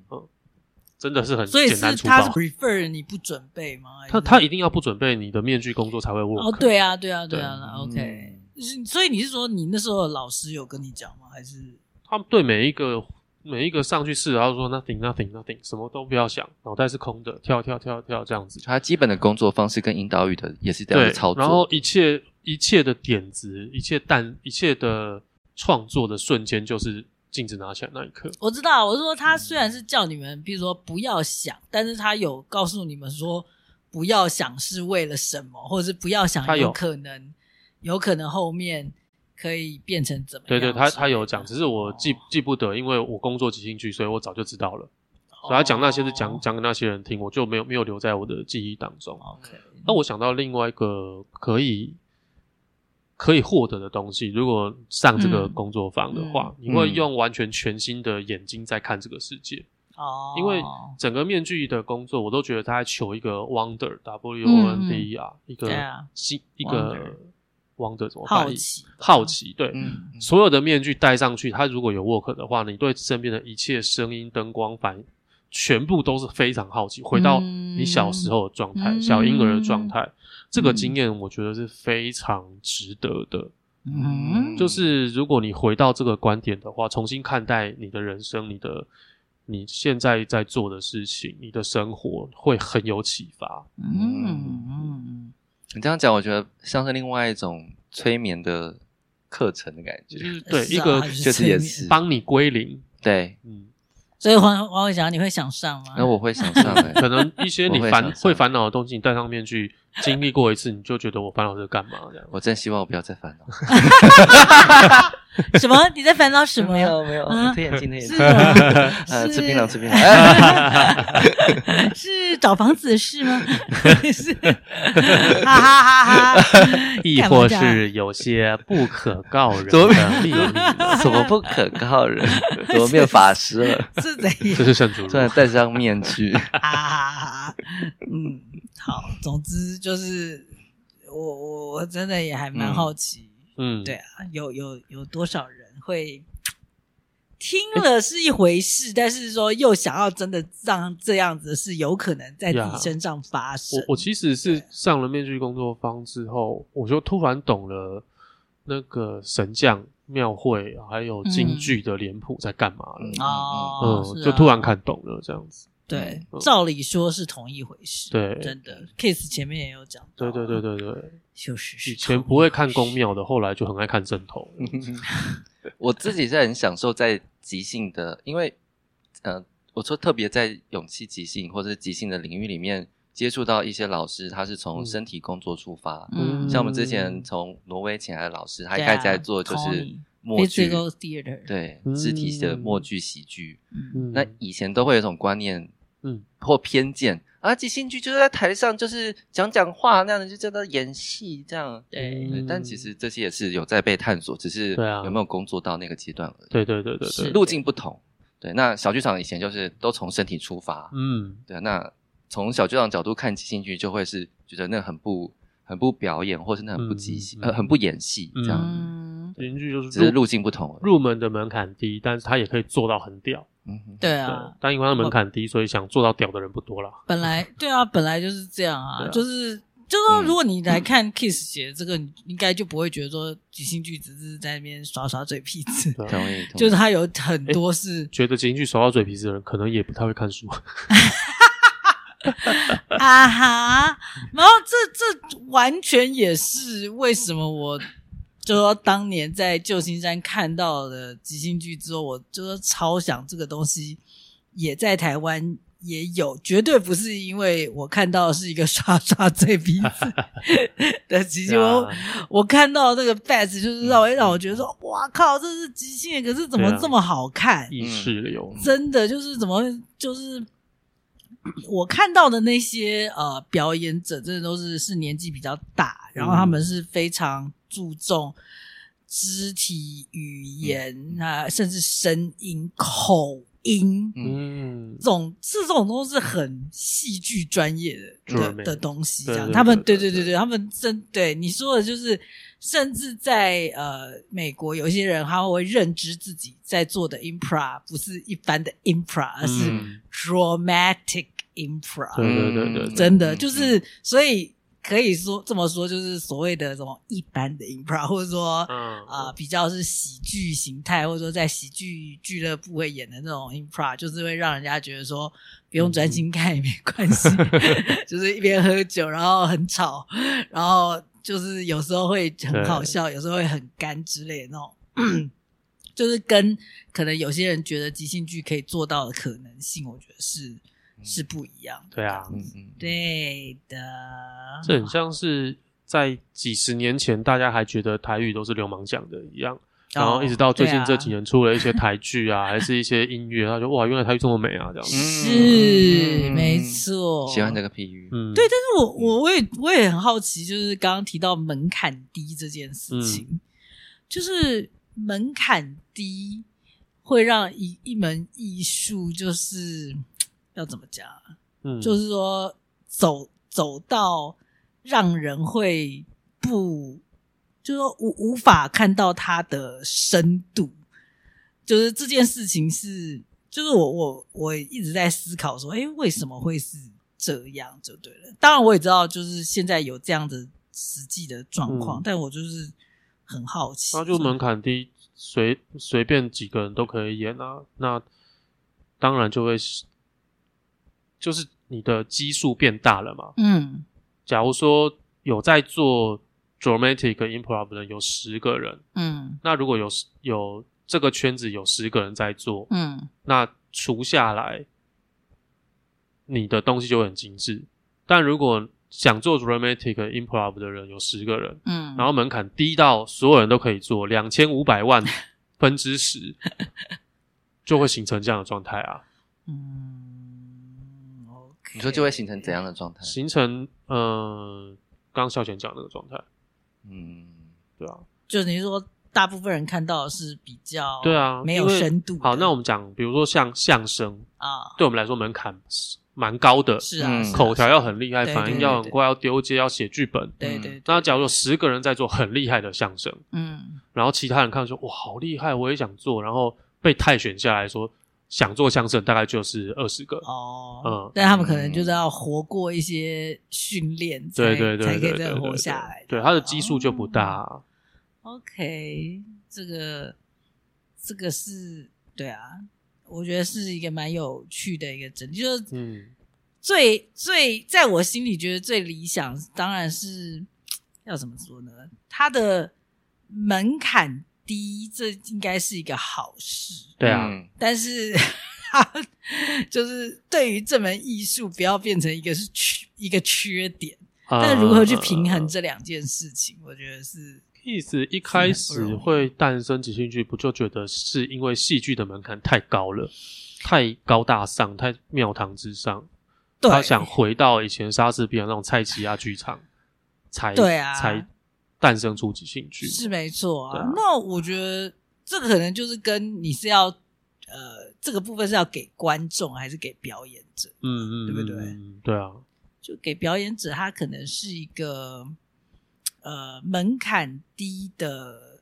真的是很所以简单是粗他是暴。 prefer 你不准备吗？他他一定要不准备，你的面具工作才会 work。哦，对啊，对啊，对对啊那，OK 嗯。是所以你是说你那时候的老师有跟你讲吗？还是他们对每一个每一个上去试，然后说 nothing nothing nothing，什么都不要想，脑袋是空的，跳跳跳跳这样子。他基本的工作方式跟引导语的也是这样对的操，作。然后一切一切的点子，一切蛋，一切的创作的瞬间，就是镜子拿起来那一刻。我知道，我是说他虽然是叫你们，比如说不要想，但是他有告诉你们说不要想是为了什么，或者是不要想他有可能有可能后面可以变成怎么样之对类的。对，他他有讲，只是我记哦记不得，因为我工作即兴剧，所以我早就知道了。所以他讲那些是讲哦讲给那些人听，我就没有没有留在我的记忆当哦中。 OK，那我想到另外一个可以可以获得的东西，如果上这个嗯工作坊的话，嗯你会用完全全新的眼睛在看这个世界。哦，因为整个面具的工作，我都觉得他在求一个 wonder w o n d e r、一对个啊新、一个 wonder 怎么翻好译？奇好奇，对。嗯，嗯所有的面具戴上去，它如果有 work 的话，你对身边的一切声音、灯光、反应，全部都是非常好奇，回到你小时候的状态、嗯小婴儿的状态，这个经验我觉得是非常值得的。嗯，就是如果你回到这个观点的话，重新看待你的人生，你的你现在在做的事情，你的生活会很有启发。嗯嗯你这样讲，我觉得像是另外一种催眠的课程的感觉就。是对是一啊个就是确实催也眠是帮你归零，对，嗯，所以黄黄伟翔，你会想上吗？那我会想 (laughs) 上欸来、可能一些你我会烦想上会烦恼的东西，你带上面去经历过一次，你就觉得我烦恼这干嘛这样。我真希望我不要再烦恼。什么？你在烦恼什么没呀？有没有啊，推眼镜推眼是镜，吗 (laughs) 呃，是吃槟榔吃槟榔。(laughs) 哎是找房子的事吗？是，哈哈哈哈！ (laughs) 亦干嘛或这样是有些不可告 (laughs) 人 (laughs) 怎么的秘密，怎么不可告人？怎么变法师了？ (laughs) 是怎样？这是圣主突然戴上面具，哈哈哈哈！嗯，好，总之就是我我我真的也还蛮好奇，嗯，对，啊，有有有多少人会听了是一回事，但是说又想要真的让这样子的事有可能在自呀己身上发生？我我其实是上了面具工作坊之后，我就突然懂了那个神将庙会还有京剧的脸谱在干嘛了。嗯嗯哦，嗯，是啊就突然看懂了这样子。对嗯，照理说是同一回事，对真的 case 前面也有讲到对啊，对对对对，就是是以前不会看公庙的，后来就很爱看正头。 (laughs) 我自己是很享受在即兴的，因为呃，我说特别在勇气即兴或者是即兴的领域里面接触到一些老师，他是从嗯身体工作出发，嗯像我们之前从挪威请来的老师，他一对啊开始在做就是 Tony，默剧， physical theater，对嗯肢体的默剧喜剧。嗯，嗯，那以前都会有一种观念，嗯，或偏见啊，即兴剧就是在台上就是讲讲话那样的，就叫做演戏这样。对，对，嗯但其实这些也是有在被探索，只是对啊有没有工作到那个阶段而已。对对对对是对，路径不同。对，那小剧场以前就是都从身体出发，嗯，对，啊那从小剧场角度看即兴剧，就会是觉得那很不很不表演，或是那很不即兴，嗯嗯呃，很不演戏这样，嗯，邻居就是只是路径不同而已。入门的门槛低，但是他也可以做到很屌。嗯哼，对对啊，，但因为他门槛低，所以想做到屌的人不多啦。本来对啊，本来就是这样啊，对啊就是就是说，嗯如果你来看 Kiss 写的这个，你应该就不会觉得说即兴剧只是在那边耍耍嘴皮子，对同意，同意 (laughs) 就是它有很多是觉得京剧手到嘴皮子的人，可能也不太会看书。啊哈，然后这这完全也是为什么我就说当年在旧金山看到的即兴剧之后，我就说超想这个东西也在台湾也有，绝对不是因为我看到的是一个 (laughs) 刷刷嘴皮子 (laughs) 的即啊兴，我我看到那个 badge 就是让我让我觉得说，哇靠，这是即兴的，可是怎么嗯对啊这么好看？意识流，真的就是怎么就是我看到的那些呃表演者，真的都是是年纪比较大，然后他们是非常注重肢体语言啊、甚至声音、口音。嗯这，种是这种东西是很戏剧专业的专的业的东西，这样对对他们对对对对对对对，他们真对你说的就是，甚至在呃美国，有些人他会认知自己在做的 impra 不是一般的 impra，而是嗯 dramatic impra，、对嗯对对对真的嗯就是所以可以说这么说，就是所谓的这种一般的 impra，或者说嗯啊、比较是喜剧形态，或者说在喜剧俱乐部会演的那种 impro，就是会让人家觉得说不用专心看也没关 (laughs) 系，就是一边喝酒，然后很吵，然后就是有时候会很好笑，有时候会很干之类的那种。 (clears throat) 就是跟可能有些人觉得即兴剧可以做到的可能性，我觉得是是不一样的。对啊，嗯嗯，对的，这很像是在几十年前大家还觉得台语都是流氓讲的一样，然后一直到最近这几年出了一些台剧啊，还是一些音乐，他说哇，原来台语这么美啊，这样子。是、嗯没错。喜欢这个譬喻，嗯，对，但是我我我也我也很好奇，就是刚刚提到门槛低这件事情，就是门槛低会让一一门艺术就是要怎么讲啊，嗯，就是说走走到让人会不，就是说无无法看到它的深度，就是这件事情是，就是我我我一直在思考说，诶，为什么会是这样就对了。当然我也知道，就是现在有这样的实际的状况，嗯但我就是很好奇，那就门槛低，随随便几个人都可以演啊。那当然就会是就是你的基数变大了嘛。嗯假如说有在做 dramatic improv 的人有十个人，嗯那如果有十有这个圈子有十个人在做，嗯那除下来，你的东西就会很精致。但如果想做 dramatic improv 的人有十个人，嗯，然后门槛低到所有人都可以做，两千五百 (laughs) 万分之十，就会形成这样的状态啊，嗯，OK，你说就会形成怎样的状嗯态？形成呃，刚刚孝贤讲那个状态，嗯，对啊，就你说大部分人看到的是比较对啊，哦没因有为深度的。好，那我们讲，比如说像相声，啊，对我们来说门槛是蛮高的，是啊，嗯是啊口条要很厉害，对反应对要很对快，要丢接，要写剧本。对嗯对，对那假如有十个人在做很厉害的相声，嗯然后其他人看说哇好厉害，我也想做，然后被泰选下来说想做相声，大概就是二十个。哦嗯，但他们可能就是要活过一些训练，才对对对才对对可以对再对活对下来。哦对他的基数就不大啊。 OK，这个这个是对啊，我觉得是一个蛮有趣的一个整，就是嗯，最最在我心里觉得最理想，当然是要怎么说呢？它的门槛低，这应该是一个好事。对啊，嗯但是 (laughs) 它就是对于这门艺术，不要变成一个是缺一个缺点。啊但如何去平衡这两件事情，我觉得是意思一开是很不始容易会诞生即兴剧，不就觉得是因为戏剧的门槛太高了，太高大上，太庙堂之上。对。他想回到以前莎士比亚那种菜奇亚剧场，才 (laughs) 对啊才诞生出即兴剧。是没错啊。对啊那我觉得这个可能就是跟你是要呃这个部分是要给观众还是给表演者？嗯嗯，对不对嗯？对啊，就给表演者，他可能是一个呃门槛低的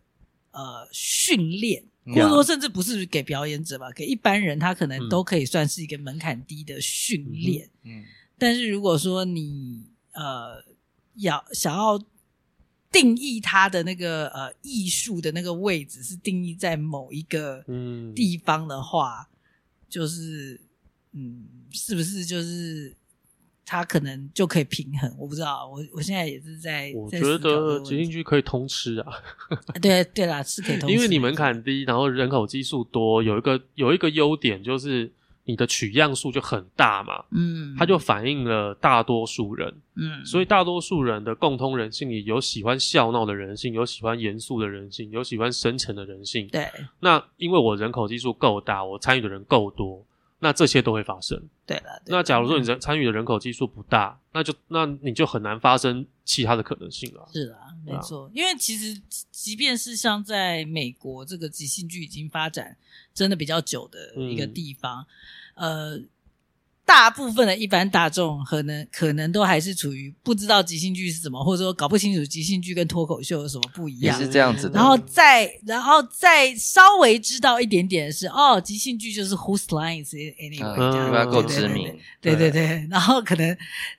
呃训练。或者说，甚至不是给表演者吧，给一般人，他可能嗯都可以算是一个门槛低的训练。嗯但是如果说你呃要想要定义它的那个呃艺术的那个位置是定义在某一个嗯，地方的话，就是嗯，是不是就是它可能就可以平衡？我不知道，我我现在也是在我在觉思考这个得问即兴题剧可以通吃啊，对对啦，是可以通识，因为你门槛低，然后人口基数多，有一个有一个优点就是你的取样数就很大嘛，嗯，它就反映了大多数人，嗯，所以大多数人的共通人性里有喜欢笑闹的人性，有喜欢严肃的人性，有喜欢深沉的人性。对那因为我人口基数够大，我参与的人够多，那这些都会发生。对了，对那假如说你嗯人参与的人口基数不大，那就那你就很难发生其他的可能性了。是啦，对没啊错，因为其实即即便是像在美国这个即兴剧已经发展真的比较久的一个嗯地方，呃，大部分的一般大众可能可能都还是处于不知道即兴剧是什么，或者说搞不清楚即兴剧跟脱口秀有什么不一也样是。这样子的嗯然后再，然后再稍微知道一点点的是，哦，即兴剧就是 Whose Line Is It 嗯 Anyway，、这样因为它对够对知对名，对对对，然后可能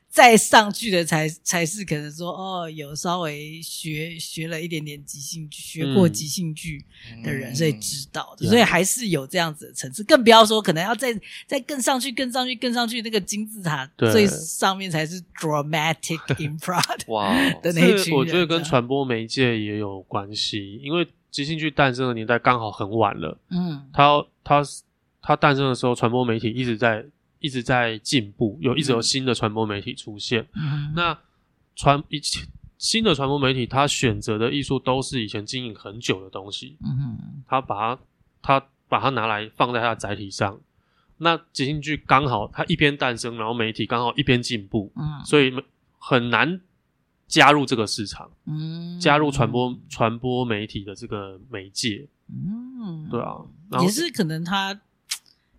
再上去的才才是可能说哦，有稍微学学了一点点即兴剧，学过嗯即兴剧的人，嗯所以知道的， Yeah 所以还是有这样子的层次，更不要说可能要再再更上去、更上去、更上去，那个金字塔对最上面才是 dramatic (laughs) improv (laughs) 哇哦，的那一群这人我觉得这跟样传播媒介也有关系，因为即兴剧诞生的年代刚好很晚了，嗯它它它诞生的时候，传播媒体一直在一直在进步，有一直有新的传播媒体出现。嗯那传以前新的传播媒体，它选择的艺术都是以前经营很久的东西，嗯他把它他把它拿来放在它的载体上。那即兴剧刚好它一边诞生，然后媒体刚好一边进步，嗯所以很难加入这个市场，嗯加入传播传播媒体的这个媒介，嗯对啊，然后也是可能他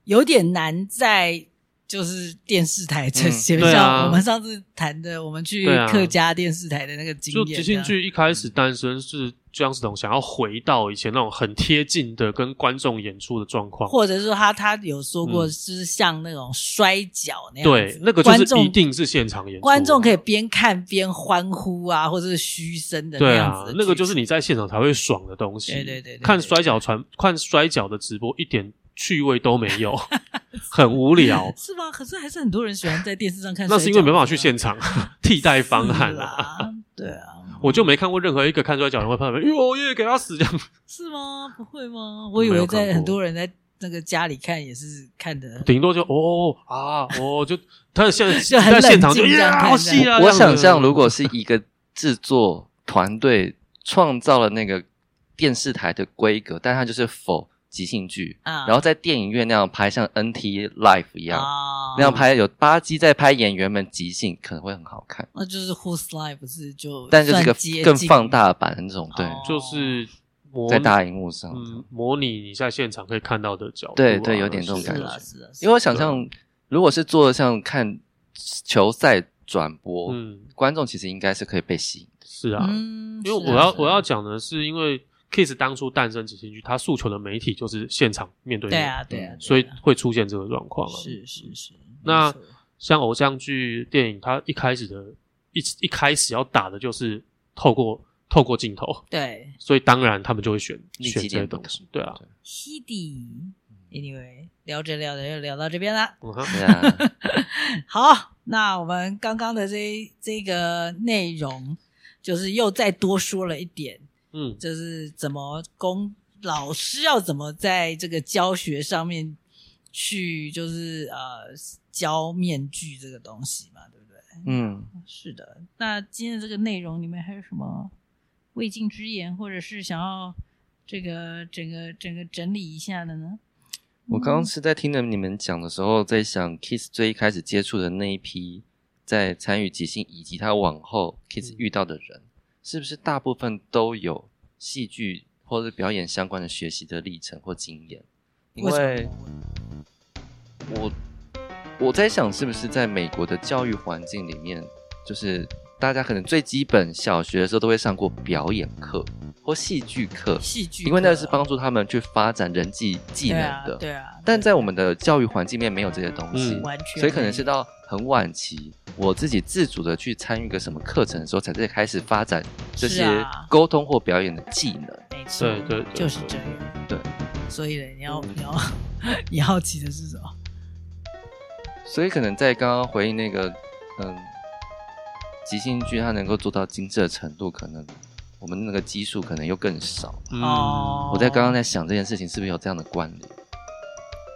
有点难在就是电视台呈现，嗯对啊像我们上次谈的，我们去对啊客家电视台的那个经就验，嗯即兴剧一开始诞生是姜思彤想要回到以前那种很贴近的跟观众演出的状况，或者说他他有说嗯过，就是像那种摔跤那样对，子那个就观是众一定是现场演出，啊观众可以边看边欢呼啊，或者是嘘声的那对样啊子的剧情，，那个就是你在现场才会爽的东西。对对对对看对摔跤传看摔跤的直播一点趣味都没 (laughs) 有，很无聊。是吗？可是还是很 (laughs) 多人喜欢在电视上看摔跤，啊那是因为没办法去现场，替代方案是啊。啦，对啊，我就没看过任何一个看出来脚人会判断，哟耶，给他死这样。是吗？不会吗？我以没为有看在很过多人在那个家里看也是看的，顶多就哦啊，哦就他现在就很冷在现场就静这样呀，看好细啊！我我这样子想象，如果是一个制作团队创造了那个电视台的规格，但它就是否即兴剧，啊然后在电影院那样拍，像 NT Live 一样，啊，那样拍有吧唧在拍演员们即兴，可能会很好看。那就是 Who's Line 不是就但就是一算接个近更放大版的那种，对，哦就是模在大荧幕上。嗯模拟你在现场可以看到的角度啊，对对有点这种是感觉啊是啊，因为我想象，如果是做像看球赛转播，嗯观众其实应该是可以被吸引。是啊，啊嗯，因为是啊我要是啊我要讲的是，因为 Kiss 当初诞生即兴剧，他诉求的媒体就是现场面对对面，啊对啊，对啊所以会出现这个状况啊。是是是，那嗯没错像偶像剧、电影，它一开始的一一开始要打的就是透过透过镜头，对所以当然他们就会选立选即这些点不东同西，对啊，西迪，anyway，聊着聊着又聊到这边了。 (laughs) 嗯哼，对啊，好，那我们刚刚的这这个内容，就是又再多说了一点，嗯，就是怎么公老师要怎么在这个教学上面去，就是呃教面具这个东西嘛，对不对？嗯，是的。那今天的这个内容里面还有什么未尽之言，或者是想要这个整个整个整理一下的呢？我刚嗯刚是在听着你们讲的时候，在想 Kiss 最一开始接触的那一批，在参与即兴以及他往嗯后 Kiss 遇到的人，是不是大部分都有戏剧或者表演相关的学习的历程或经验？因为什为么我我在想，是不是在美国的教育环境里面，就是大家可能最基本小学的时候都会上过表演课或戏剧课，戏剧课啊，因为那是帮助他们去发展人际技对能啊的。对啊，但在我们们的教育环境里面没有这些东西，嗯完全没有，所以可能是到很晚期，我自己自主的去参与个什么课程的时候，才在开始发展这是些啊沟通或表演的技能。没错，对对对就是这样。对，所以呢，你要你要 (laughs) 你好奇的是什么？所以可能在刚刚回应那个，嗯，即兴剧它能够做到精致的程度，可能我们那个基数可能又更少。嗯哦，我在刚刚在想这件事情是不是有这样的关联？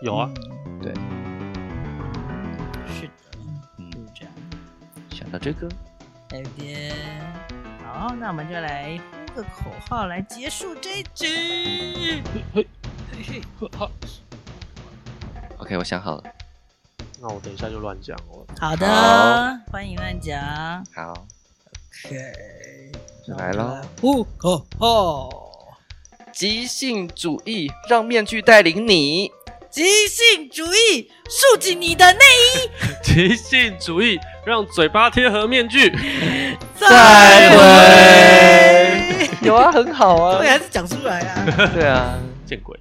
有啊，嗯对，是的，嗯就是这样。想到这个，那边好，那我们就来呼个口号来结束这一集。嘿，嘿嘿，好， OK，我想好了，那我等一下就乱讲哦。好的，好欢迎乱讲。好， OK，就来咯，呼口号。即兴主义让面具带领你。 (laughs) 即兴主义，束紧你的内衣。即兴主义让嘴巴贴合面具，再会。有啊，很好啊 (laughs) 对，还是讲出来啊。对啊。见鬼！